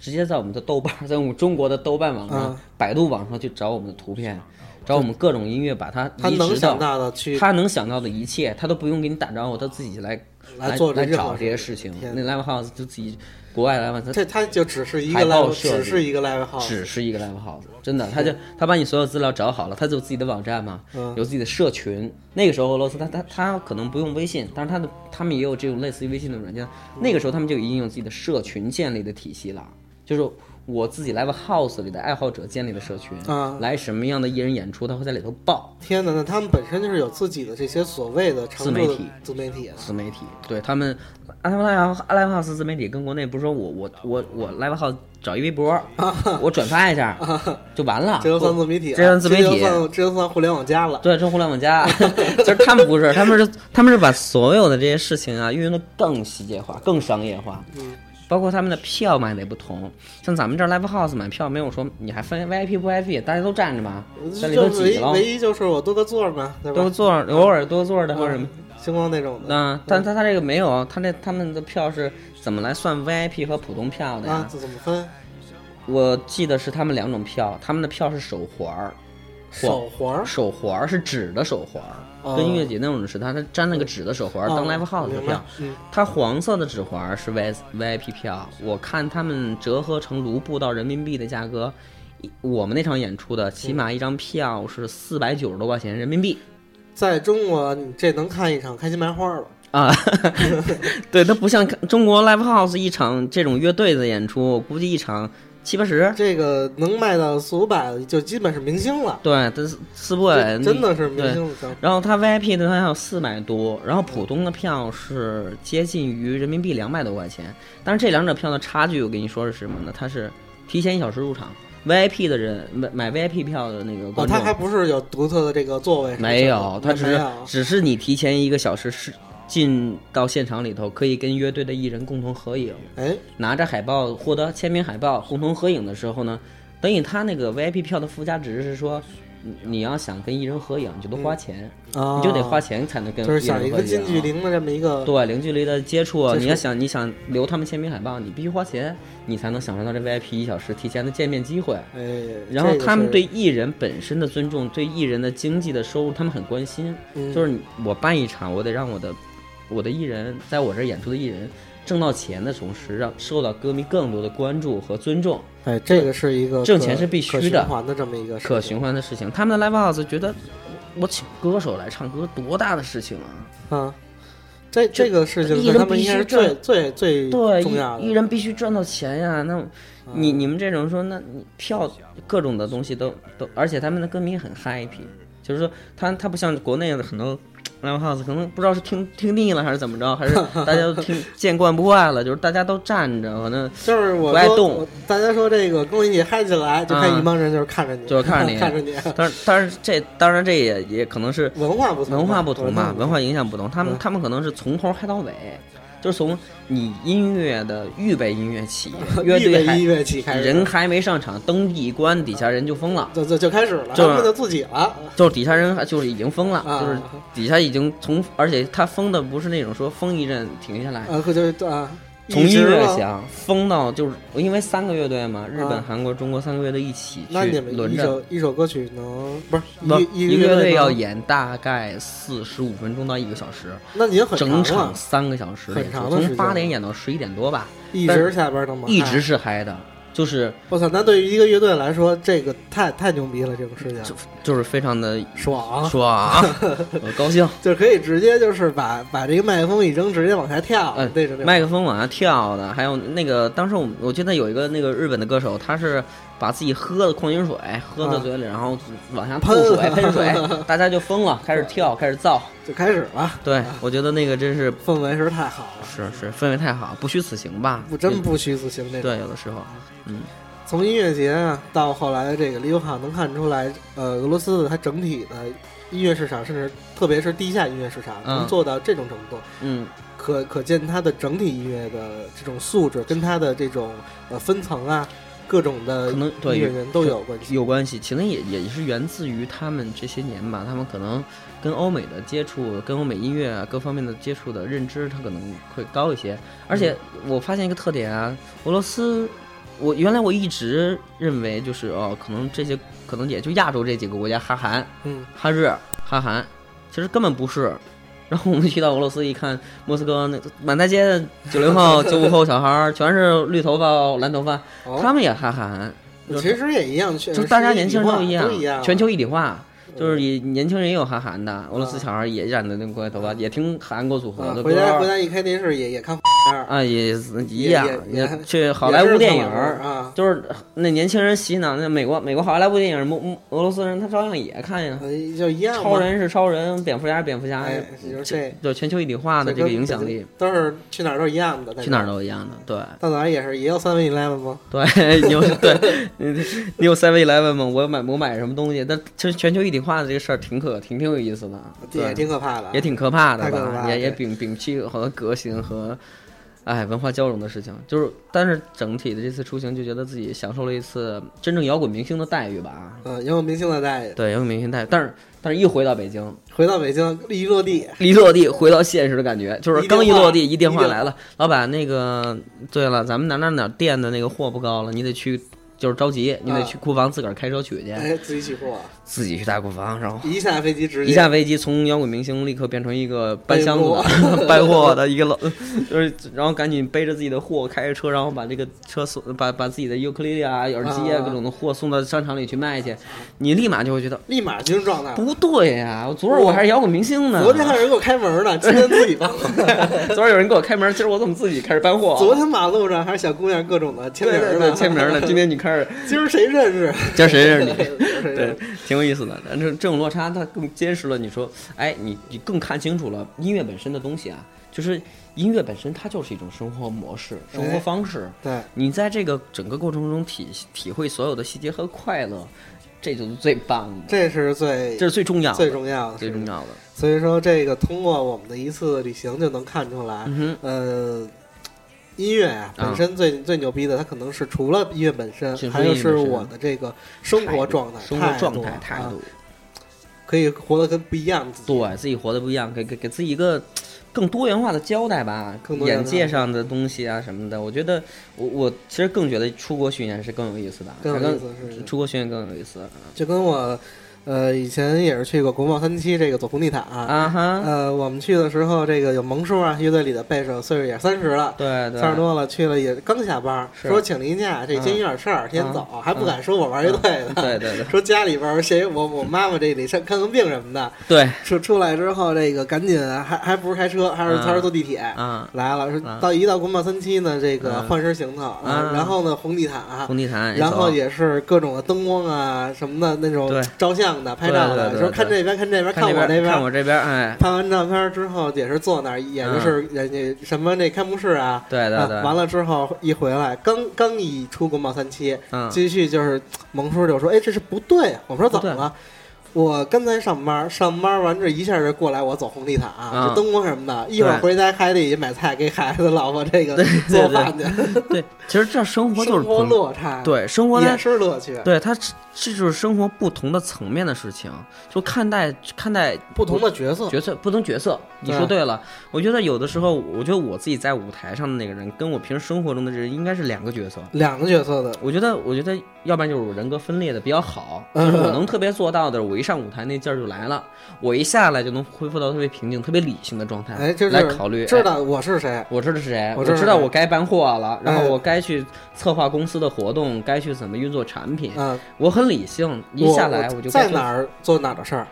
[SPEAKER 2] 直接在我们的豆瓣，在我们中国的豆瓣网上、
[SPEAKER 4] 啊
[SPEAKER 2] 百度网上去找我们的图片，找我们各种音乐，把它
[SPEAKER 4] 他
[SPEAKER 2] 移植
[SPEAKER 4] 能想
[SPEAKER 2] 到
[SPEAKER 4] 到的去
[SPEAKER 2] 他能想到的一切，他都不用给你打招呼，他自己来
[SPEAKER 4] 来
[SPEAKER 2] 来
[SPEAKER 4] 做这
[SPEAKER 2] 来
[SPEAKER 4] 任
[SPEAKER 2] 找
[SPEAKER 4] 何
[SPEAKER 2] 这些事情。
[SPEAKER 4] 天
[SPEAKER 2] 那 live house 就自己国外 live house，
[SPEAKER 4] 这他就只是一个
[SPEAKER 2] 海报
[SPEAKER 4] live，
[SPEAKER 2] 设计
[SPEAKER 4] 只是一个 live
[SPEAKER 2] 他
[SPEAKER 4] house，
[SPEAKER 2] 只是一个 live house，真的，他就他把你所有资料找好了，他就有自己的网站嘛，
[SPEAKER 4] 嗯
[SPEAKER 2] 有自己的社群。那个时候俄罗斯他他他可能不用微信，但是他的他们也有这种类似于微信的软件。那个时候他们就已经有自己的社群建立的体系了，就是。我自己 live house 里的爱好者建立的社群，
[SPEAKER 4] 啊
[SPEAKER 2] 来什么样的艺人演出，他会在里头报
[SPEAKER 4] 天哪，那他们本身就是有自己的这些所谓的常
[SPEAKER 2] 自媒
[SPEAKER 4] 驻的
[SPEAKER 2] 体
[SPEAKER 4] 自媒体啊，
[SPEAKER 2] 自媒体，对他们，阿拉伯阿拉伯 house 自媒体跟国内不是说我我我我 live house 找一微博，我转发一下就完了，
[SPEAKER 4] 啊这就算
[SPEAKER 2] 我
[SPEAKER 4] 自媒体啊，
[SPEAKER 2] 这算自媒体
[SPEAKER 4] 这就算这就算互联网加了。
[SPEAKER 2] 对，真互联网
[SPEAKER 4] [laughs]
[SPEAKER 2] 加，就是他们不是，
[SPEAKER 4] 嗯
[SPEAKER 2] 他们是他们是把所有的这些事情啊运用的更细节化、更商业化。包括他们的票买的也不同。像咱们这儿 live house 买票没有说你还分 VIP 不 VIP，大家都站着吧，在里头
[SPEAKER 4] 就唯
[SPEAKER 2] 挤
[SPEAKER 4] 一
[SPEAKER 2] 了，
[SPEAKER 4] 唯一就是我多个座儿嘛，对吧？
[SPEAKER 2] 多个座儿偶尔多个座儿的
[SPEAKER 4] 嗯
[SPEAKER 2] 或者什么。
[SPEAKER 4] 星光那种的
[SPEAKER 2] 那但他他这个没有，啊他这他们的票是怎么来算 VIP 和普通票的
[SPEAKER 4] 啊，
[SPEAKER 2] 呀？
[SPEAKER 4] 这怎么分？
[SPEAKER 2] 我记得是他们两种票，他们的票是手环儿，
[SPEAKER 4] 手环儿
[SPEAKER 2] 手环儿是纸的手环儿，
[SPEAKER 4] 哦
[SPEAKER 2] 跟音乐节那种是它它粘了个纸的手环儿当
[SPEAKER 4] 哦
[SPEAKER 2] live house 的
[SPEAKER 4] 明白
[SPEAKER 2] 票。
[SPEAKER 4] 嗯
[SPEAKER 2] 它黄色的纸环儿是 V VIP 票，我看他们折合成卢布到人民币的价格，一我们那场演出的起码一张票是四百九十多块钱人民币。
[SPEAKER 4] 在中国，你这能看一场开心麻花了。
[SPEAKER 2] 啊， [laughs] 对，它不像中国 live house 一场这种乐队的演出，估计一场七八十。
[SPEAKER 4] 这个能卖到四五百，就基本是明星了。
[SPEAKER 2] 对，它四不百
[SPEAKER 4] 这真的是
[SPEAKER 2] 对
[SPEAKER 4] 明星的哦消费
[SPEAKER 2] 然后它 VIP 的票四百多，然后普通的票是接近于人民币两百多块钱。但是这两者票的差距，我跟你说是什么呢？它是提前一小时入场，VIP 的人买买 VIP 票的那个
[SPEAKER 4] 哦，
[SPEAKER 2] 观众，
[SPEAKER 4] 他还不是有独特的这个座位什么的，
[SPEAKER 2] 没有，他只
[SPEAKER 4] 没
[SPEAKER 2] 是
[SPEAKER 4] 有。
[SPEAKER 2] 只是你提前一个小时是进到现场里头，可以跟乐队的艺人共同合影，
[SPEAKER 4] 哎，
[SPEAKER 2] 拿着海报获得签名海报共同合影的时候呢，等于他那个 VIP 票的附加值是说。你你要想跟艺人合影，你就得花钱。
[SPEAKER 4] 你
[SPEAKER 2] 你就得花，钱才能跟
[SPEAKER 4] 嗯哦啊就是
[SPEAKER 2] 艺人
[SPEAKER 4] 想一
[SPEAKER 2] 合
[SPEAKER 4] 个
[SPEAKER 2] 影啊
[SPEAKER 4] 近距离的这么一个，
[SPEAKER 2] 对零距离的接触啊，
[SPEAKER 4] 接触
[SPEAKER 2] 你要想你想留他们签名海报，你必须花钱，你才能享受到这 VIP 一小时提前的见面机会。
[SPEAKER 4] 哎，
[SPEAKER 2] 然后
[SPEAKER 4] 这个
[SPEAKER 2] 他们
[SPEAKER 4] 是
[SPEAKER 2] 对艺人本身的尊重，对艺人的经济的收入，他们很关心。
[SPEAKER 4] 嗯
[SPEAKER 2] 就是你我办一场，我得让我的我的艺人在我这儿演出的艺人挣到钱的同时，让受到歌迷更多的关注和尊重。
[SPEAKER 4] 哎，这个是一个
[SPEAKER 2] 挣
[SPEAKER 4] 可
[SPEAKER 2] 钱是必须
[SPEAKER 4] 可循
[SPEAKER 2] 的
[SPEAKER 4] 环的这么一个事
[SPEAKER 2] 可
[SPEAKER 4] 情
[SPEAKER 2] 循环的事情。他们的 live house 觉得我请歌手来唱歌多大的事情啊！
[SPEAKER 4] 啊。这
[SPEAKER 2] 就
[SPEAKER 4] 这个事情
[SPEAKER 2] 艺
[SPEAKER 4] 对
[SPEAKER 2] 人
[SPEAKER 4] 他们
[SPEAKER 2] 必
[SPEAKER 4] 应该
[SPEAKER 2] 须
[SPEAKER 4] 是最
[SPEAKER 2] 赚
[SPEAKER 4] 最最
[SPEAKER 2] 对，
[SPEAKER 4] 重要的嗯
[SPEAKER 2] 艺艺人必须赚到钱呀。那你你们这种说，那你票各种的东西都都，而且他们的歌迷很 happy，就是说他他不像国内的很多 live house，可能不知道是听听腻了还是怎么着，
[SPEAKER 4] [laughs]
[SPEAKER 2] 还是大家都听见惯不怪了，就是大家都站着，反正
[SPEAKER 4] 就是我
[SPEAKER 2] 不爱
[SPEAKER 4] 说
[SPEAKER 2] 动
[SPEAKER 4] 我大家说这个跟我一起嗨起来，就看
[SPEAKER 2] 啊
[SPEAKER 4] 一帮人就是看着你，
[SPEAKER 2] 就是看着你
[SPEAKER 4] [laughs] 看着你，
[SPEAKER 2] 但是但是这当然这也也可能是
[SPEAKER 4] 文化不同，
[SPEAKER 2] 文化不同嘛，文
[SPEAKER 4] 化
[SPEAKER 2] 化影响不同。他们
[SPEAKER 4] 嗯
[SPEAKER 2] 他们可能是从头嗨到尾，就是从你音乐的预备音乐
[SPEAKER 4] [laughs]
[SPEAKER 2] 起， [laughs] 乐
[SPEAKER 4] 预备
[SPEAKER 2] 队还
[SPEAKER 4] 音乐起开始，啊
[SPEAKER 2] 人还没上场，灯一关，底下人就疯了，
[SPEAKER 4] 就就就开始了，
[SPEAKER 2] 就是
[SPEAKER 4] 他们就自己了，
[SPEAKER 2] 就是底下人还就是已经疯了，
[SPEAKER 4] 啊
[SPEAKER 2] 就是底下已经从，而且他疯的不是那种说疯一阵停下来，
[SPEAKER 4] 啊，可就啊，
[SPEAKER 2] 从
[SPEAKER 4] 一直
[SPEAKER 2] 音乐
[SPEAKER 4] 吗，
[SPEAKER 2] 响疯到就是因为三个乐队嘛，日本、
[SPEAKER 4] 啊
[SPEAKER 2] 韩国、中国三个乐队一起
[SPEAKER 4] 那你
[SPEAKER 2] 去
[SPEAKER 4] 们
[SPEAKER 2] 轮
[SPEAKER 4] 一
[SPEAKER 2] 着
[SPEAKER 4] 首。一首歌曲能不是
[SPEAKER 2] 不，
[SPEAKER 4] 一
[SPEAKER 2] 一个乐队
[SPEAKER 4] 能
[SPEAKER 2] 要，演大概四十五分钟到一个小时，
[SPEAKER 4] 那已经很啊
[SPEAKER 2] 整
[SPEAKER 4] 长
[SPEAKER 2] 场
[SPEAKER 4] 了，
[SPEAKER 2] 三个小时的演
[SPEAKER 4] 很
[SPEAKER 2] 出，
[SPEAKER 4] 长的时
[SPEAKER 2] 从
[SPEAKER 4] 间啊
[SPEAKER 2] 八点演到十一点多吧，
[SPEAKER 4] 一
[SPEAKER 2] 但
[SPEAKER 4] 直下边能吗？哎
[SPEAKER 2] 一直是嗨的，就是
[SPEAKER 4] 我操！那对于一个乐队来说，这个太太牛逼了，这种事情
[SPEAKER 2] 就是非常的
[SPEAKER 4] 爽，
[SPEAKER 2] 爽
[SPEAKER 4] [laughs]
[SPEAKER 2] 啊，我高兴。
[SPEAKER 4] 就是可以直接就是把把这个麦克风一扔，直接往下跳，
[SPEAKER 2] 嗯
[SPEAKER 4] 那种那种
[SPEAKER 2] 麦克风往下跳的，还有那个当时我们我记得有一个那个日本的歌手，他是把自己喝的矿泉水喝到嘴里，然后往下吐水
[SPEAKER 4] 喷
[SPEAKER 2] 喷
[SPEAKER 4] [laughs]
[SPEAKER 2] 水，大家就疯了，开始跳，开始造。
[SPEAKER 4] 就开始了，
[SPEAKER 2] 对，我觉得那个真是
[SPEAKER 4] 氛围是太好了，
[SPEAKER 2] 是是氛围太好，不虚此行吧？
[SPEAKER 4] 不真不虚此行这种。
[SPEAKER 2] 对，有的时候嗯
[SPEAKER 4] 从音乐节啊到后来的这个 l i v e h o u 能看出来，呃，俄罗斯的它整体的音乐市场，甚至特别是地下音乐市场，
[SPEAKER 2] 嗯
[SPEAKER 4] 能做到这种程度，
[SPEAKER 2] 嗯
[SPEAKER 4] 可可见它的整体音乐的这种素质跟它的这种呃分层啊，各种的
[SPEAKER 2] 可能
[SPEAKER 4] 音
[SPEAKER 2] 对
[SPEAKER 4] 乐呃人都有关系。
[SPEAKER 2] 有关系，其能也也是源自于他们这些年吧，他们可能跟欧美的接触，跟欧美音乐啊各方面的接触的认知，他可能会高一些。而
[SPEAKER 4] 嗯
[SPEAKER 2] 且我发现一个特点啊，俄罗斯，我原来我一直认为就是哦，可能这些可能也就亚洲这几个国家，哈韩、
[SPEAKER 4] 嗯，
[SPEAKER 2] 哈日、哈韩，其实根本不是。然后我们去到俄罗斯一看，莫斯科那满大街的九零后、九五后小孩儿，全是绿头发、蓝头发，
[SPEAKER 4] 哦
[SPEAKER 2] 他们也哈韩。
[SPEAKER 4] 其实也一样，确
[SPEAKER 2] 就
[SPEAKER 4] 实
[SPEAKER 2] 是大家年轻人
[SPEAKER 4] 都
[SPEAKER 2] 一
[SPEAKER 4] 样，
[SPEAKER 2] 样，
[SPEAKER 4] 都样嗯
[SPEAKER 2] 全球一体化，就是也年轻人也有韩寒的，俄罗斯小孩也染的那个怪头发，也听韩国组合
[SPEAKER 4] 啊
[SPEAKER 2] 的
[SPEAKER 4] 嗯回家回
[SPEAKER 2] 歌，
[SPEAKER 4] 家一开电视也
[SPEAKER 2] [laughs]
[SPEAKER 4] 也看片儿，
[SPEAKER 2] 啊，也一样，
[SPEAKER 4] 也也
[SPEAKER 2] 也去好莱坞电影儿。
[SPEAKER 4] 啊，
[SPEAKER 2] 就是那年轻人洗脑，那美国美国好莱坞电影，摩摩俄罗斯人他照样也看呀。
[SPEAKER 4] 呃就一样嘛。
[SPEAKER 2] 超人是超人，蝙蝠侠是蝙蝠侠
[SPEAKER 4] 哎，就是这
[SPEAKER 2] 就全球一体化的这个影响力，
[SPEAKER 4] 都是去哪儿都一样的，
[SPEAKER 2] 去哪儿都一样的。对
[SPEAKER 4] 到哪儿也是也有三 e 一 eleven 吗？
[SPEAKER 2] [laughs] 对，你有对，你你有 Seven Eleven 吗？我买我买什么东西？但其实全球一体化的这个事儿挺可挺挺有意思的，对
[SPEAKER 4] 也挺可怕的，啊
[SPEAKER 2] 也挺可怕的
[SPEAKER 4] 太可怕
[SPEAKER 2] 吧？
[SPEAKER 4] 了
[SPEAKER 2] 也也
[SPEAKER 4] 对
[SPEAKER 2] 摒摒弃和革新和，哎，文化交融的事情，就是，但是整体的这次出行，就觉得自己享受了一次真正摇滚明星的待遇吧啊，
[SPEAKER 4] 嗯，摇滚明星的待遇。
[SPEAKER 2] 对，摇滚明星待遇，但是但是一回到北京，
[SPEAKER 4] 回到北京，一落地，
[SPEAKER 2] 一落地回到现实的感觉，就是
[SPEAKER 4] 一电话
[SPEAKER 2] 刚一落地，一电
[SPEAKER 4] 一
[SPEAKER 2] 话
[SPEAKER 4] 电话
[SPEAKER 2] 来了，老板，那个对了，咱们哪哪哪店的那个货不高了，你得去，就是着急，你得去库房自个儿开车取去，
[SPEAKER 4] 啊哎，自己起货，
[SPEAKER 2] 自己去大库房，然后
[SPEAKER 4] 一下飞机直接
[SPEAKER 2] 一下飞机，从摇滚明星立刻变成一个搬箱子的、搬
[SPEAKER 4] [laughs]
[SPEAKER 2] 货的一个老，就是然后赶紧背着自己的货，开着车，然后把这个车送，把把自己的尤克里里啊、耳机啊
[SPEAKER 4] 啊
[SPEAKER 2] 各种的货送到商场里去卖去，你立马就会觉得
[SPEAKER 4] 立马进入状态。
[SPEAKER 2] 不对呀、我昨儿我还是摇滚明星呢，
[SPEAKER 4] 昨天还有人给我开门呢，今天自己帮。
[SPEAKER 2] [laughs] 昨儿有人给我开门，今儿我怎么自己开始搬货啊？
[SPEAKER 4] 昨天马路上还是小姑娘各种的签
[SPEAKER 2] 对
[SPEAKER 4] 名
[SPEAKER 2] 对
[SPEAKER 4] 儿
[SPEAKER 2] 对
[SPEAKER 4] 呢，
[SPEAKER 2] 签名呢，今天你开始，
[SPEAKER 4] [laughs] 今儿谁认识？
[SPEAKER 2] 今儿谁认识你？
[SPEAKER 4] [laughs] 谁认
[SPEAKER 2] 对
[SPEAKER 4] 识？，
[SPEAKER 2] 挺有意思的。但是这种落差，它更揭示了你说，哎，你你更看清楚了音乐本身的东西啊，就是音乐本身它就是一种生活模式、生活方式。
[SPEAKER 4] 对，
[SPEAKER 2] 你在这个整个过程中体体会所有的细节和快乐，这就是最棒的，
[SPEAKER 4] 这是最
[SPEAKER 2] 这是最重要的，
[SPEAKER 4] 最重要的，
[SPEAKER 2] 最重。要的。
[SPEAKER 4] 所以说，这个通过我们的一次旅行就能看出来，
[SPEAKER 2] 嗯
[SPEAKER 4] 呃，音乐啊
[SPEAKER 2] 啊
[SPEAKER 4] 本身最、最牛逼的，它可能是除了音乐本身，
[SPEAKER 2] 是
[SPEAKER 4] 还有
[SPEAKER 2] 音乐
[SPEAKER 4] 是
[SPEAKER 2] 本身
[SPEAKER 4] 我的这个生活状态、
[SPEAKER 2] 生活状态、
[SPEAKER 4] 态、
[SPEAKER 2] 态
[SPEAKER 4] 啊
[SPEAKER 2] 度，
[SPEAKER 4] 可以活得跟不一样自己。
[SPEAKER 2] 对自己活得不一样，给给给自己一个更多元化的交代吧，
[SPEAKER 4] 更多元化
[SPEAKER 2] 眼界上的东西啊什么的。我觉得我我其实更觉得出国巡演是更有意思的，
[SPEAKER 4] 更有
[SPEAKER 2] 它
[SPEAKER 4] 意思是是
[SPEAKER 2] 出国巡演更有意思
[SPEAKER 4] 就跟我，呃，以前也是去过国贸三期这个走红地毯、
[SPEAKER 2] 啊哈，
[SPEAKER 4] 呃，我们去的时候，这个有萌叔啊，乐队里的贝斯手，岁数也三十了。
[SPEAKER 2] 对对，
[SPEAKER 4] 三十多了，去了也刚下班，
[SPEAKER 2] 是嗯
[SPEAKER 4] 说请例假，这今天有点事儿，先走，还不敢说我玩乐队的，
[SPEAKER 2] 对对对
[SPEAKER 4] 说家里边儿谁我我妈妈这里上看看病什么的，
[SPEAKER 2] 对
[SPEAKER 4] 出出来之后这个赶紧还还不是开车，还是
[SPEAKER 2] 嗯
[SPEAKER 4] 他是坐地铁。
[SPEAKER 2] 啊，
[SPEAKER 4] 来了，说
[SPEAKER 2] 嗯
[SPEAKER 4] 到一到国贸三期呢，这个
[SPEAKER 2] 嗯
[SPEAKER 4] 换身行头，
[SPEAKER 2] 嗯
[SPEAKER 4] 然后呢红地毯，
[SPEAKER 2] 红地毯，
[SPEAKER 4] 然后
[SPEAKER 2] 走
[SPEAKER 4] 也是各种的灯光啊什么的那种
[SPEAKER 2] 对
[SPEAKER 4] 照相的、拍照
[SPEAKER 2] 对
[SPEAKER 4] 的，
[SPEAKER 2] 对对
[SPEAKER 4] 说看这边看这边
[SPEAKER 2] 看
[SPEAKER 4] 我
[SPEAKER 2] 这
[SPEAKER 4] 那
[SPEAKER 2] 边看
[SPEAKER 4] 边，
[SPEAKER 2] 我这边，哎，
[SPEAKER 4] 拍完照片之后也是坐那儿，也就是
[SPEAKER 2] 嗯
[SPEAKER 4] 人家什么那开幕式啊，
[SPEAKER 2] 对对
[SPEAKER 4] 啊
[SPEAKER 2] 对，
[SPEAKER 4] 完了之后一回来，刚刚一出国贸三期，
[SPEAKER 2] 嗯
[SPEAKER 4] 继续就是萌叔就说：“哎，这是不对。”我说：“怎么了？”我刚才上班，上班完这一下就过来，我走红地毯，
[SPEAKER 2] 啊
[SPEAKER 4] 这灯光什么的，一会儿回家还得买菜给孩子、老婆
[SPEAKER 2] [laughs]
[SPEAKER 4] 这个做饭去，
[SPEAKER 2] 对，其实这生活就是
[SPEAKER 4] 生活
[SPEAKER 2] 不
[SPEAKER 4] 落差，，
[SPEAKER 2] 对生活它
[SPEAKER 4] 也是乐趣，
[SPEAKER 2] 对它是这就是生活不同的层面的事情，就看待看待
[SPEAKER 4] 不同的角色，
[SPEAKER 2] 角色不同角色，你
[SPEAKER 4] 对
[SPEAKER 2] 说对了。我觉得有的时候，我觉得我自己在舞台上的那个人，跟我平时生活中的这人应该是两个角色。
[SPEAKER 4] 两个角色的，
[SPEAKER 2] 我觉得，我觉得，要不然就是我人格分裂的比较好，就
[SPEAKER 4] 嗯
[SPEAKER 2] 是我能特别做到的，我一上舞台那劲儿就来了，我一下来就能恢复到特别平静、特别理性的状态，
[SPEAKER 4] 哎，就是
[SPEAKER 2] 来考虑
[SPEAKER 4] 知。
[SPEAKER 2] 哎
[SPEAKER 4] 道我是谁，
[SPEAKER 2] 我知道是谁，
[SPEAKER 4] 我
[SPEAKER 2] 我
[SPEAKER 4] 知道
[SPEAKER 2] 知道我该办货了，然后
[SPEAKER 4] 哎
[SPEAKER 2] 我该去策划公司的活动，该去怎么运作产品，
[SPEAKER 4] 嗯，
[SPEAKER 2] 我很理性，一下来
[SPEAKER 4] 我
[SPEAKER 2] 我就该
[SPEAKER 4] 在
[SPEAKER 2] 做
[SPEAKER 4] 哪儿做哪儿的事儿，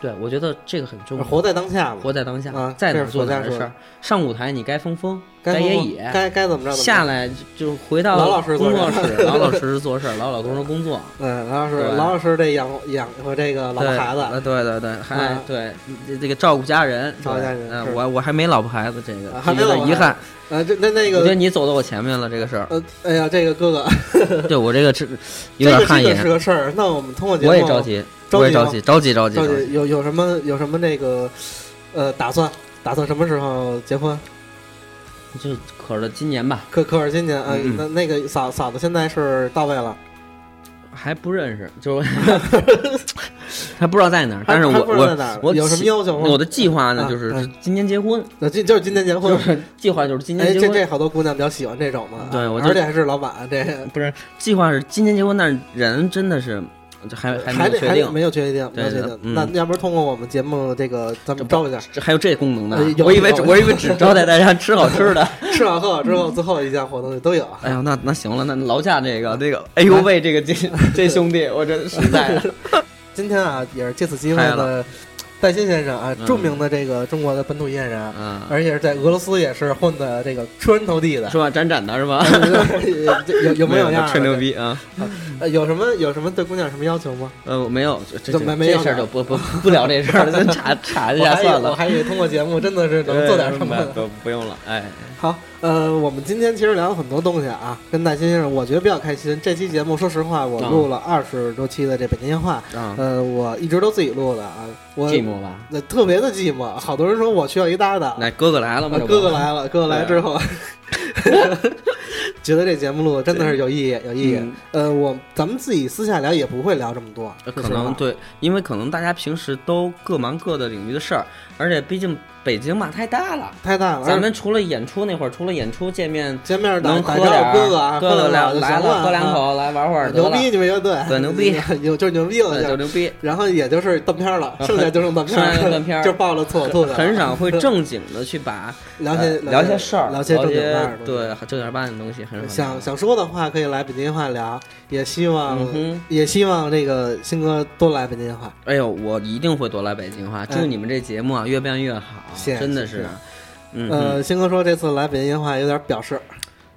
[SPEAKER 2] 对，我觉得这个很重要。
[SPEAKER 4] 活在当下嘛，
[SPEAKER 2] 活在当下，
[SPEAKER 4] 啊
[SPEAKER 2] 在哪
[SPEAKER 4] 这
[SPEAKER 2] 儿
[SPEAKER 4] 是
[SPEAKER 2] 做
[SPEAKER 4] 佛家
[SPEAKER 2] 哪儿的
[SPEAKER 4] 说
[SPEAKER 2] 事
[SPEAKER 4] 的
[SPEAKER 2] 儿。上舞台你该疯疯，
[SPEAKER 4] 该
[SPEAKER 2] 野
[SPEAKER 4] 怎么
[SPEAKER 2] 野，
[SPEAKER 4] 该该怎么着怎么着
[SPEAKER 2] 下来就就回到
[SPEAKER 4] 老老实实做
[SPEAKER 2] 工
[SPEAKER 4] 事
[SPEAKER 2] 作
[SPEAKER 4] 儿
[SPEAKER 2] 室，老老实实做事儿，老老实实工作。
[SPEAKER 4] 嗯，老师，
[SPEAKER 2] 对
[SPEAKER 4] 老师这养养活这 [laughs] 个老婆
[SPEAKER 2] 对
[SPEAKER 4] 孩
[SPEAKER 2] 呃
[SPEAKER 4] 子，
[SPEAKER 2] 对对对，还
[SPEAKER 4] 啊
[SPEAKER 2] 对这这个照顾家人，
[SPEAKER 4] 照顾
[SPEAKER 2] 对
[SPEAKER 4] 家人
[SPEAKER 2] 呃
[SPEAKER 4] 是
[SPEAKER 2] 我我还没老婆孩子，这个
[SPEAKER 4] 啊还
[SPEAKER 2] 这
[SPEAKER 4] 没
[SPEAKER 2] 有
[SPEAKER 4] 老
[SPEAKER 2] 点
[SPEAKER 4] 婆
[SPEAKER 2] 遗
[SPEAKER 4] 孩
[SPEAKER 2] 憾。
[SPEAKER 4] 呃，这那那
[SPEAKER 2] 我觉得
[SPEAKER 4] 个，
[SPEAKER 2] 你走到我前面了，这个
[SPEAKER 4] [laughs]
[SPEAKER 2] 事儿，
[SPEAKER 4] 呃，哎呀，这个哥哥，
[SPEAKER 2] 对我这个这有
[SPEAKER 4] 这
[SPEAKER 2] 点
[SPEAKER 4] 个
[SPEAKER 2] 汗
[SPEAKER 4] 这个是
[SPEAKER 2] 颜，
[SPEAKER 4] 个事儿。那我们通过节目，
[SPEAKER 2] 我也着，急，
[SPEAKER 4] 着
[SPEAKER 2] 我也
[SPEAKER 4] 急吗
[SPEAKER 2] 着急，着急着急
[SPEAKER 4] 着
[SPEAKER 2] 着急。
[SPEAKER 4] 急，有有什么有什么那个，呃，打算打算什么时候结婚？
[SPEAKER 2] 就可着今年吧，
[SPEAKER 4] 可可尔今年，呃
[SPEAKER 2] 嗯嗯
[SPEAKER 4] 那那个嫂嫂子现在是到位了，
[SPEAKER 2] 还不认识，就是 [laughs] 还不知道在哪儿，但是
[SPEAKER 4] 还
[SPEAKER 2] 我
[SPEAKER 4] 还不知
[SPEAKER 2] 我
[SPEAKER 4] 道在哪儿
[SPEAKER 2] 我
[SPEAKER 4] 有什么
[SPEAKER 2] 起
[SPEAKER 4] 要求吗
[SPEAKER 2] 我的计划呢，
[SPEAKER 4] 啊
[SPEAKER 2] 就是
[SPEAKER 4] 嗯
[SPEAKER 2] 今年结婚，
[SPEAKER 4] 那就就是今年结婚
[SPEAKER 2] 就。是计划就是今
[SPEAKER 4] 哎，
[SPEAKER 2] 年结
[SPEAKER 4] 这
[SPEAKER 2] 婚，
[SPEAKER 4] 这好多姑娘比较喜欢这种嘛，啊
[SPEAKER 2] 对我就
[SPEAKER 4] 而且还是老板，这
[SPEAKER 2] 不是计划是今年结婚，但是人真的是就还还
[SPEAKER 4] 还
[SPEAKER 2] 没
[SPEAKER 4] 得
[SPEAKER 2] 有确
[SPEAKER 4] 还得没
[SPEAKER 2] 定，
[SPEAKER 4] 有确定，没有
[SPEAKER 2] 对
[SPEAKER 4] 确
[SPEAKER 2] 对
[SPEAKER 4] 定。
[SPEAKER 2] 嗯
[SPEAKER 4] 那要不然通过我们节目这个，咱们招一下，
[SPEAKER 2] 这还有这功能呢
[SPEAKER 4] 哎，有
[SPEAKER 2] 我以为只
[SPEAKER 4] 有
[SPEAKER 2] 我以为只招待大
[SPEAKER 4] [laughs]
[SPEAKER 2] 家吃好吃的，
[SPEAKER 4] 吃好喝好之后，最后一项活动都有。啊
[SPEAKER 2] 哎呦那那行了，那劳驾这个这个，哎呦喂，这个这这兄弟，我真实在
[SPEAKER 4] [laughs]
[SPEAKER 2] 的
[SPEAKER 4] 今天啊，也是借此机会
[SPEAKER 2] 嗨
[SPEAKER 4] 呢，戴鑫先生啊，
[SPEAKER 2] 嗯
[SPEAKER 4] 著名的这个中国的本土音乐人，啊
[SPEAKER 2] 嗯，
[SPEAKER 4] 而且是在俄罗斯也是混的这个出人头地的
[SPEAKER 2] 是。吧？展展的是吧？
[SPEAKER 4] [laughs] 有哎有
[SPEAKER 2] [laughs]
[SPEAKER 4] 没有样儿？
[SPEAKER 2] 吹牛逼啊？
[SPEAKER 4] 呃？有什么有什么对姑娘有什么要求吗？
[SPEAKER 2] 呃，我没有，这这
[SPEAKER 4] 怎么没有
[SPEAKER 2] 这事儿
[SPEAKER 4] 呢
[SPEAKER 2] 就不不不聊这事儿了，咱查查一
[SPEAKER 4] 我
[SPEAKER 2] 下哎
[SPEAKER 4] 还以
[SPEAKER 2] 算了
[SPEAKER 4] 我。还以为通过节目真的是
[SPEAKER 2] [laughs]
[SPEAKER 4] 能做点什么呢。
[SPEAKER 2] 不不用了，哎，
[SPEAKER 4] 好，呃，我们今天其实聊了很多东西啊，跟戴鑫先生，我觉得比较开心。这期节目，说实话，我
[SPEAKER 2] 啊
[SPEAKER 4] 录了二十多期的这北京夜话，
[SPEAKER 2] 啊，
[SPEAKER 4] 呃，我一直都自己录的啊，我
[SPEAKER 2] 寂寞吧？
[SPEAKER 4] 呃特别的寂寞，好多人说我需要一搭档，
[SPEAKER 2] 来，哥哥来了吗？
[SPEAKER 4] 啊
[SPEAKER 2] 这不
[SPEAKER 4] 哥哥，来了，哥哥来之后，
[SPEAKER 2] [laughs]
[SPEAKER 4] 觉得这节目录的真的是有意义，有意义。
[SPEAKER 2] 嗯
[SPEAKER 4] 呃，我咱们自己私下聊也不会聊这么多，
[SPEAKER 2] 呃
[SPEAKER 4] 说
[SPEAKER 2] 可
[SPEAKER 4] 实话
[SPEAKER 2] 能对，因为可能大家平时都各忙各的领域的事儿，而且毕竟北京嘛太大了，
[SPEAKER 4] 太大了。
[SPEAKER 2] 咱们除了演出那会儿，除了演出见面
[SPEAKER 4] 见面打
[SPEAKER 2] 能
[SPEAKER 4] 打
[SPEAKER 2] 喝
[SPEAKER 4] 招
[SPEAKER 2] 点儿
[SPEAKER 4] 呼，哥哥啊，
[SPEAKER 2] 哥哥来
[SPEAKER 4] 两
[SPEAKER 2] 来了，喝两，口，来玩会
[SPEAKER 4] 啊
[SPEAKER 2] 儿，
[SPEAKER 4] 牛
[SPEAKER 2] 得了
[SPEAKER 4] 逼，你们乐队，
[SPEAKER 2] 对牛逼，
[SPEAKER 4] [laughs] 有就是牛逼了，
[SPEAKER 2] 对，
[SPEAKER 4] 就
[SPEAKER 2] 就牛逼。
[SPEAKER 4] 然后也就是断片儿了，剩下就剩断片
[SPEAKER 2] 剩下就断片
[SPEAKER 4] 儿，
[SPEAKER 2] 儿
[SPEAKER 4] 就爆了厕所吐的，
[SPEAKER 2] 很少会正经的去把
[SPEAKER 4] 聊
[SPEAKER 2] 呃
[SPEAKER 4] 些
[SPEAKER 2] 聊些事儿，
[SPEAKER 4] 聊些正经
[SPEAKER 2] 聊
[SPEAKER 4] 事
[SPEAKER 2] 些
[SPEAKER 4] 儿。，
[SPEAKER 2] 对正儿八经的东西很少聊。
[SPEAKER 4] 想想说的话可以来北京话聊，也希望
[SPEAKER 2] 嗯哼
[SPEAKER 4] 也希望这个新哥多来北京话。
[SPEAKER 2] 哎呦，我一定会多来北京话。祝你们这节目啊越办越好，
[SPEAKER 4] 哎嗯谢谢
[SPEAKER 2] 真的
[SPEAKER 4] 谢
[SPEAKER 2] 是
[SPEAKER 4] 谢。
[SPEAKER 2] [laughs] 嗯，
[SPEAKER 4] 呃，新哥说这次来北京话有点表示，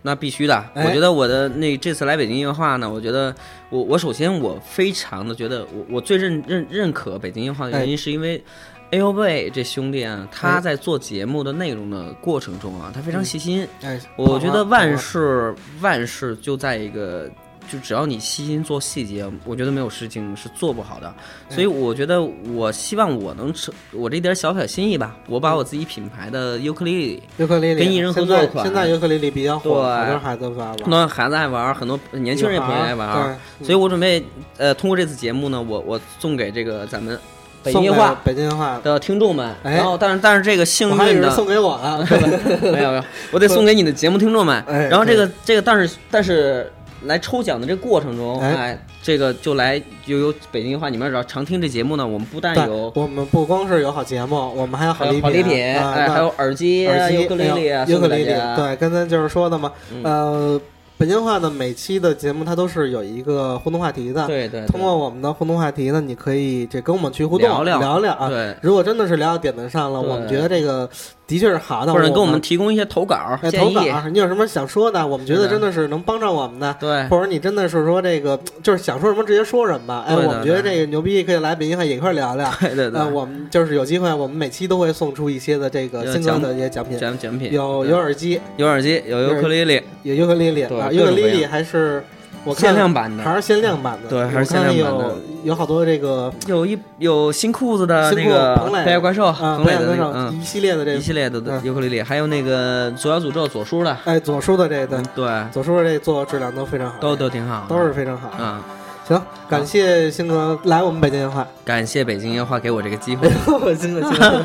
[SPEAKER 2] 那必须的。
[SPEAKER 4] 哎
[SPEAKER 2] 我觉得我的那这次来北京夜话呢，我觉得我我首先我非常的觉得我我最认认认可北京夜话的原因是因为。哎呦喂，这兄弟啊，
[SPEAKER 4] 哎
[SPEAKER 2] 他在做节目的内容的过程中啊，他非常细心。
[SPEAKER 4] 哎，
[SPEAKER 2] 我觉得
[SPEAKER 4] 捧花
[SPEAKER 2] 万事万事就在一个，就只要你细心做细节，我觉得没有事情是做不好的。所以我觉得，我希望我能成我这点小小心意吧，我把我自己品牌的尤克里里
[SPEAKER 4] 尤克里里
[SPEAKER 2] 跟艺人合作
[SPEAKER 4] 现在
[SPEAKER 2] 款
[SPEAKER 4] 现在尤克里里比较火，
[SPEAKER 2] 对
[SPEAKER 4] 好多孩子玩
[SPEAKER 2] 很
[SPEAKER 4] 玩，
[SPEAKER 2] 多孩子爱玩，很多年轻人也朋友爱
[SPEAKER 4] 女孩
[SPEAKER 2] 玩啊
[SPEAKER 4] 儿，对
[SPEAKER 2] 所以我准备呃，通过这次节目呢，我我送给这个咱们北
[SPEAKER 4] 送
[SPEAKER 2] 京
[SPEAKER 4] 给
[SPEAKER 2] 话
[SPEAKER 4] 北京话，
[SPEAKER 2] 的听众们，
[SPEAKER 4] 哎
[SPEAKER 2] 然后但是但是这个幸
[SPEAKER 4] 我还以
[SPEAKER 2] 运
[SPEAKER 4] 为
[SPEAKER 2] 的
[SPEAKER 4] 是送给我啊
[SPEAKER 2] [laughs]
[SPEAKER 4] 呢。
[SPEAKER 2] 没有没有，我得送给你的节目听众们。
[SPEAKER 4] 哎
[SPEAKER 2] 然后这个这个，但是但是来抽奖的这个过程中，
[SPEAKER 4] 哎
[SPEAKER 2] 哎，这个就来有有北京话，你们只要常听这节目呢，我们不但
[SPEAKER 4] 对
[SPEAKER 2] 有，
[SPEAKER 4] 我们不光是有好节目，我们还有好
[SPEAKER 2] 还有
[SPEAKER 4] 礼
[SPEAKER 2] 好礼品，
[SPEAKER 4] 啊
[SPEAKER 2] 哎，
[SPEAKER 4] 那
[SPEAKER 2] 还有耳机、
[SPEAKER 4] 耳机哎
[SPEAKER 2] 尤克里里啊，
[SPEAKER 4] 尤克里
[SPEAKER 2] 送
[SPEAKER 4] 里
[SPEAKER 2] 给大，家嗯
[SPEAKER 4] 对，刚才就是说的嘛，呃，北京话呢，每期的节目它都是有一个互动话题的，
[SPEAKER 2] 对对，对
[SPEAKER 4] 通过我们的互动话题呢，你可以这跟我们去互动
[SPEAKER 2] 聊聊
[SPEAKER 4] 聊聊啊。
[SPEAKER 2] 对，
[SPEAKER 4] 如果真的是聊到点子上了，
[SPEAKER 2] 对
[SPEAKER 4] 我们觉得这个的确是好的，
[SPEAKER 2] 或者
[SPEAKER 4] 我
[SPEAKER 2] 给我们提供一些投稿
[SPEAKER 4] 哎
[SPEAKER 2] 建
[SPEAKER 4] 投
[SPEAKER 2] 议
[SPEAKER 4] 稿，，你有什么想说的？我们觉
[SPEAKER 2] 是
[SPEAKER 4] 得
[SPEAKER 2] 的
[SPEAKER 4] 真的是能帮上我们的，
[SPEAKER 2] 对
[SPEAKER 4] 或者你真的是说这个就是想说什么直接说什么吧。哎，
[SPEAKER 2] 对的
[SPEAKER 4] 我们觉得这个牛逼，可以来北京话也一块儿聊聊。
[SPEAKER 2] [laughs] 对对
[SPEAKER 4] 那
[SPEAKER 2] 对，
[SPEAKER 4] 哎我们就是有机会，我们每期都会送出一些的这个
[SPEAKER 2] 有
[SPEAKER 4] 新哥
[SPEAKER 2] 奖
[SPEAKER 4] 的一些奖品，
[SPEAKER 2] 奖奖品
[SPEAKER 4] 有
[SPEAKER 2] 对
[SPEAKER 4] 有耳机，
[SPEAKER 2] 有耳机，有尤克里里，
[SPEAKER 4] 有尤克里里
[SPEAKER 2] 对
[SPEAKER 4] 啊，
[SPEAKER 2] 各
[SPEAKER 4] 尤克
[SPEAKER 2] 种
[SPEAKER 4] 里
[SPEAKER 2] 各
[SPEAKER 4] 里
[SPEAKER 2] 样
[SPEAKER 4] 还是我看
[SPEAKER 2] 限量版的，
[SPEAKER 4] 还是限量版的，
[SPEAKER 2] 对
[SPEAKER 4] 我
[SPEAKER 2] 还是
[SPEAKER 4] 看
[SPEAKER 2] 限量版的
[SPEAKER 4] 有有好多这个
[SPEAKER 2] 有一有新裤子的呃那
[SPEAKER 4] 新裤
[SPEAKER 2] 个
[SPEAKER 4] 彭磊
[SPEAKER 2] 北野怪兽，
[SPEAKER 4] 啊，
[SPEAKER 2] 彭磊的
[SPEAKER 4] 白哥
[SPEAKER 2] 那个
[SPEAKER 4] 上
[SPEAKER 2] 嗯
[SPEAKER 4] 一系列的这
[SPEAKER 2] 一
[SPEAKER 4] 个，
[SPEAKER 2] 系列的
[SPEAKER 4] 嗯
[SPEAKER 2] 尤克里里，还有那个左摇诅咒左叔的，
[SPEAKER 4] 哎，左叔的这个
[SPEAKER 2] 对，
[SPEAKER 4] 左叔的这做质量都非常好，
[SPEAKER 2] 都都挺好的，
[SPEAKER 4] 都是非常好。
[SPEAKER 2] 啊、
[SPEAKER 4] 行，感谢星哥来我们北京
[SPEAKER 2] [laughs]
[SPEAKER 4] 电话，
[SPEAKER 2] 感谢北京夜话给我这个机
[SPEAKER 4] [laughs]
[SPEAKER 2] 会，
[SPEAKER 4] 星哥，
[SPEAKER 2] [laughs]
[SPEAKER 4] 星哥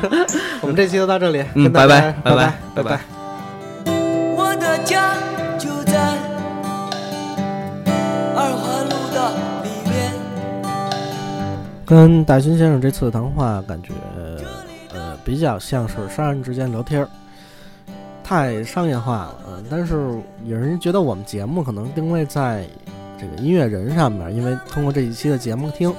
[SPEAKER 4] 我们这期就到这里，
[SPEAKER 2] 嗯
[SPEAKER 4] 跟大家
[SPEAKER 2] 拜拜
[SPEAKER 4] 拜
[SPEAKER 2] 拜拜
[SPEAKER 4] 拜
[SPEAKER 2] 拜。
[SPEAKER 6] 我的家就在二环路的里面。
[SPEAKER 1] 跟大勋先生这次的谈话，感觉呃比较像是商人之间聊天儿，太商业化了。嗯、但是有人觉得我们节目可能定位在这个音乐人上面，因为通过这一期的节目听，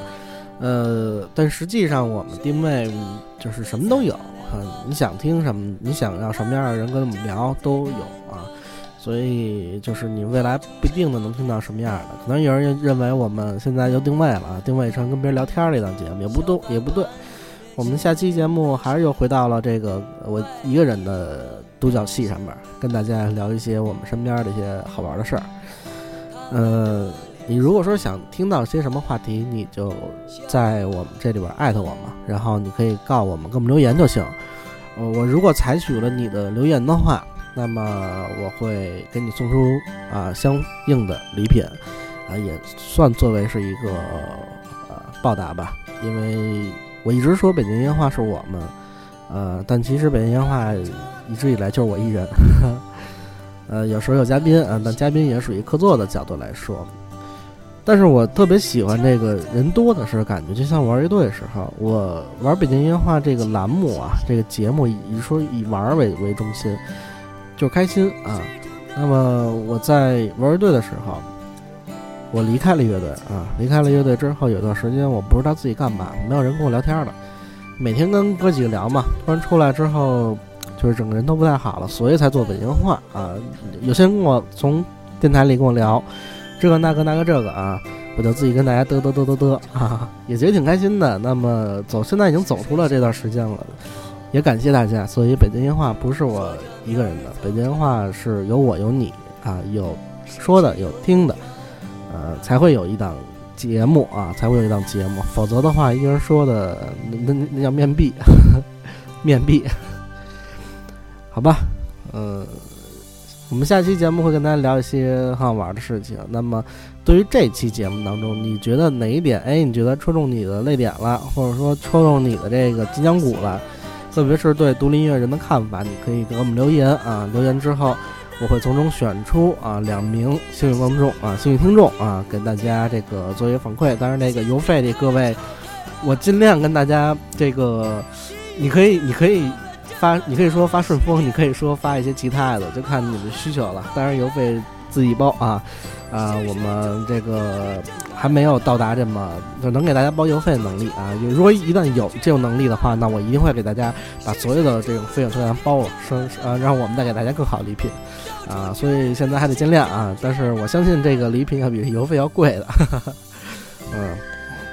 [SPEAKER 1] 呃，但实际上我们定位嗯就是什么都有啊，你想听什么，你想要什么样的人跟我们聊都有啊。所以就是你未来不一定的能听到什么样的，可能有人认为我们现在就定位了，定位成跟别人聊天儿的一档节目，也不对，也不对。我们下期节目还是又回到了这个呃我一个人的独角戏上面儿，跟大家聊一些我们身边儿的一些好玩儿的事儿。呃，你如果说想听到些什么话题，你就在我们这里边儿艾特我们，然后你可以告我们，给我们留言就行。呃，我如果采取了你的留言的话，那么我会给你送出啊相应的礼品，啊也算作为是一个呃报答吧，因为我一直说北京烟花是我们，呃，但其实北京烟花一直以来就是我一人， [laughs] 呃，有时候有嘉宾啊，但嘉宾也属于客座的角度来说。但是我特别喜欢这个人多的时候，感觉就像玩乐队的时候，我玩北京烟花这个栏目啊，这个节目以以说以玩儿为为中心，就是开心啊。那么我在玩乐队的时候，我离开了乐队啊，离开了乐队之后，有段时间我不知道自己干嘛，没有人跟我聊天了，每天跟哥几个聊嘛。突然出来之后，就是整个人都不太好了，所以才做北京话啊。有些人跟我从电台里跟我聊这个那个那个这个啊。我就自己跟大家嘚嘚嘚嘚嘚啊，也觉得挺开心的。那么走，现在已经走出了这段时间了，也感谢大家。所以北京烟话不是我一个人的，北京烟话是有我有你啊，有说的有听的，呃，才会有一档节目啊，才会有一档节目。否则的话，一个人说的那那那叫面壁， [laughs] 面壁，好吧，呃，
[SPEAKER 4] 我们下期节目会跟大家聊一些很好玩的事情。那么，对于这期节目当中，你觉得哪一点？哎，你觉得戳中你的泪点了，或者说戳中你的这个金枪骨了？特别是对独立音乐人的看法，你可以给我们留言啊！留言之后，我会从中选出啊两名幸运观众啊，幸运听众啊，给大家这个做一个反馈。当然，这个邮费这各位，我尽量跟大家这个，你可以，你可以发，你可以说发顺丰，你可以说发一些其他的，就看你们需求了。当然，邮费自己包啊。啊，我们这个还没有到达这么就能给大家包邮费的能力啊。如果一旦有这种能力的话，那我一定会给大家把所有的这种费用都给它包了，生啊，让我们带给大家更好的礼品啊。所以现在还得尽量啊，但是我相信这个礼品要比邮费要贵的。 [laughs] 嗯，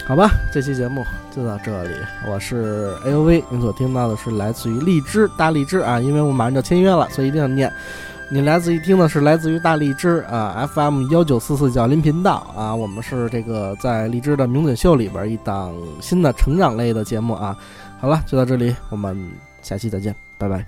[SPEAKER 4] 好吧，这期节目就到这里。我是 A O V，您所听到的是来自于荔枝大荔枝啊，因为我马上就签约了，所以一定要念。你来自于听的是来自于大荔枝啊 FM 幺九四四角林频道啊，我们是这个在荔枝的名嘴秀里边一档新的成长类的节目啊。好了，就到这里，我们下期再见，拜拜。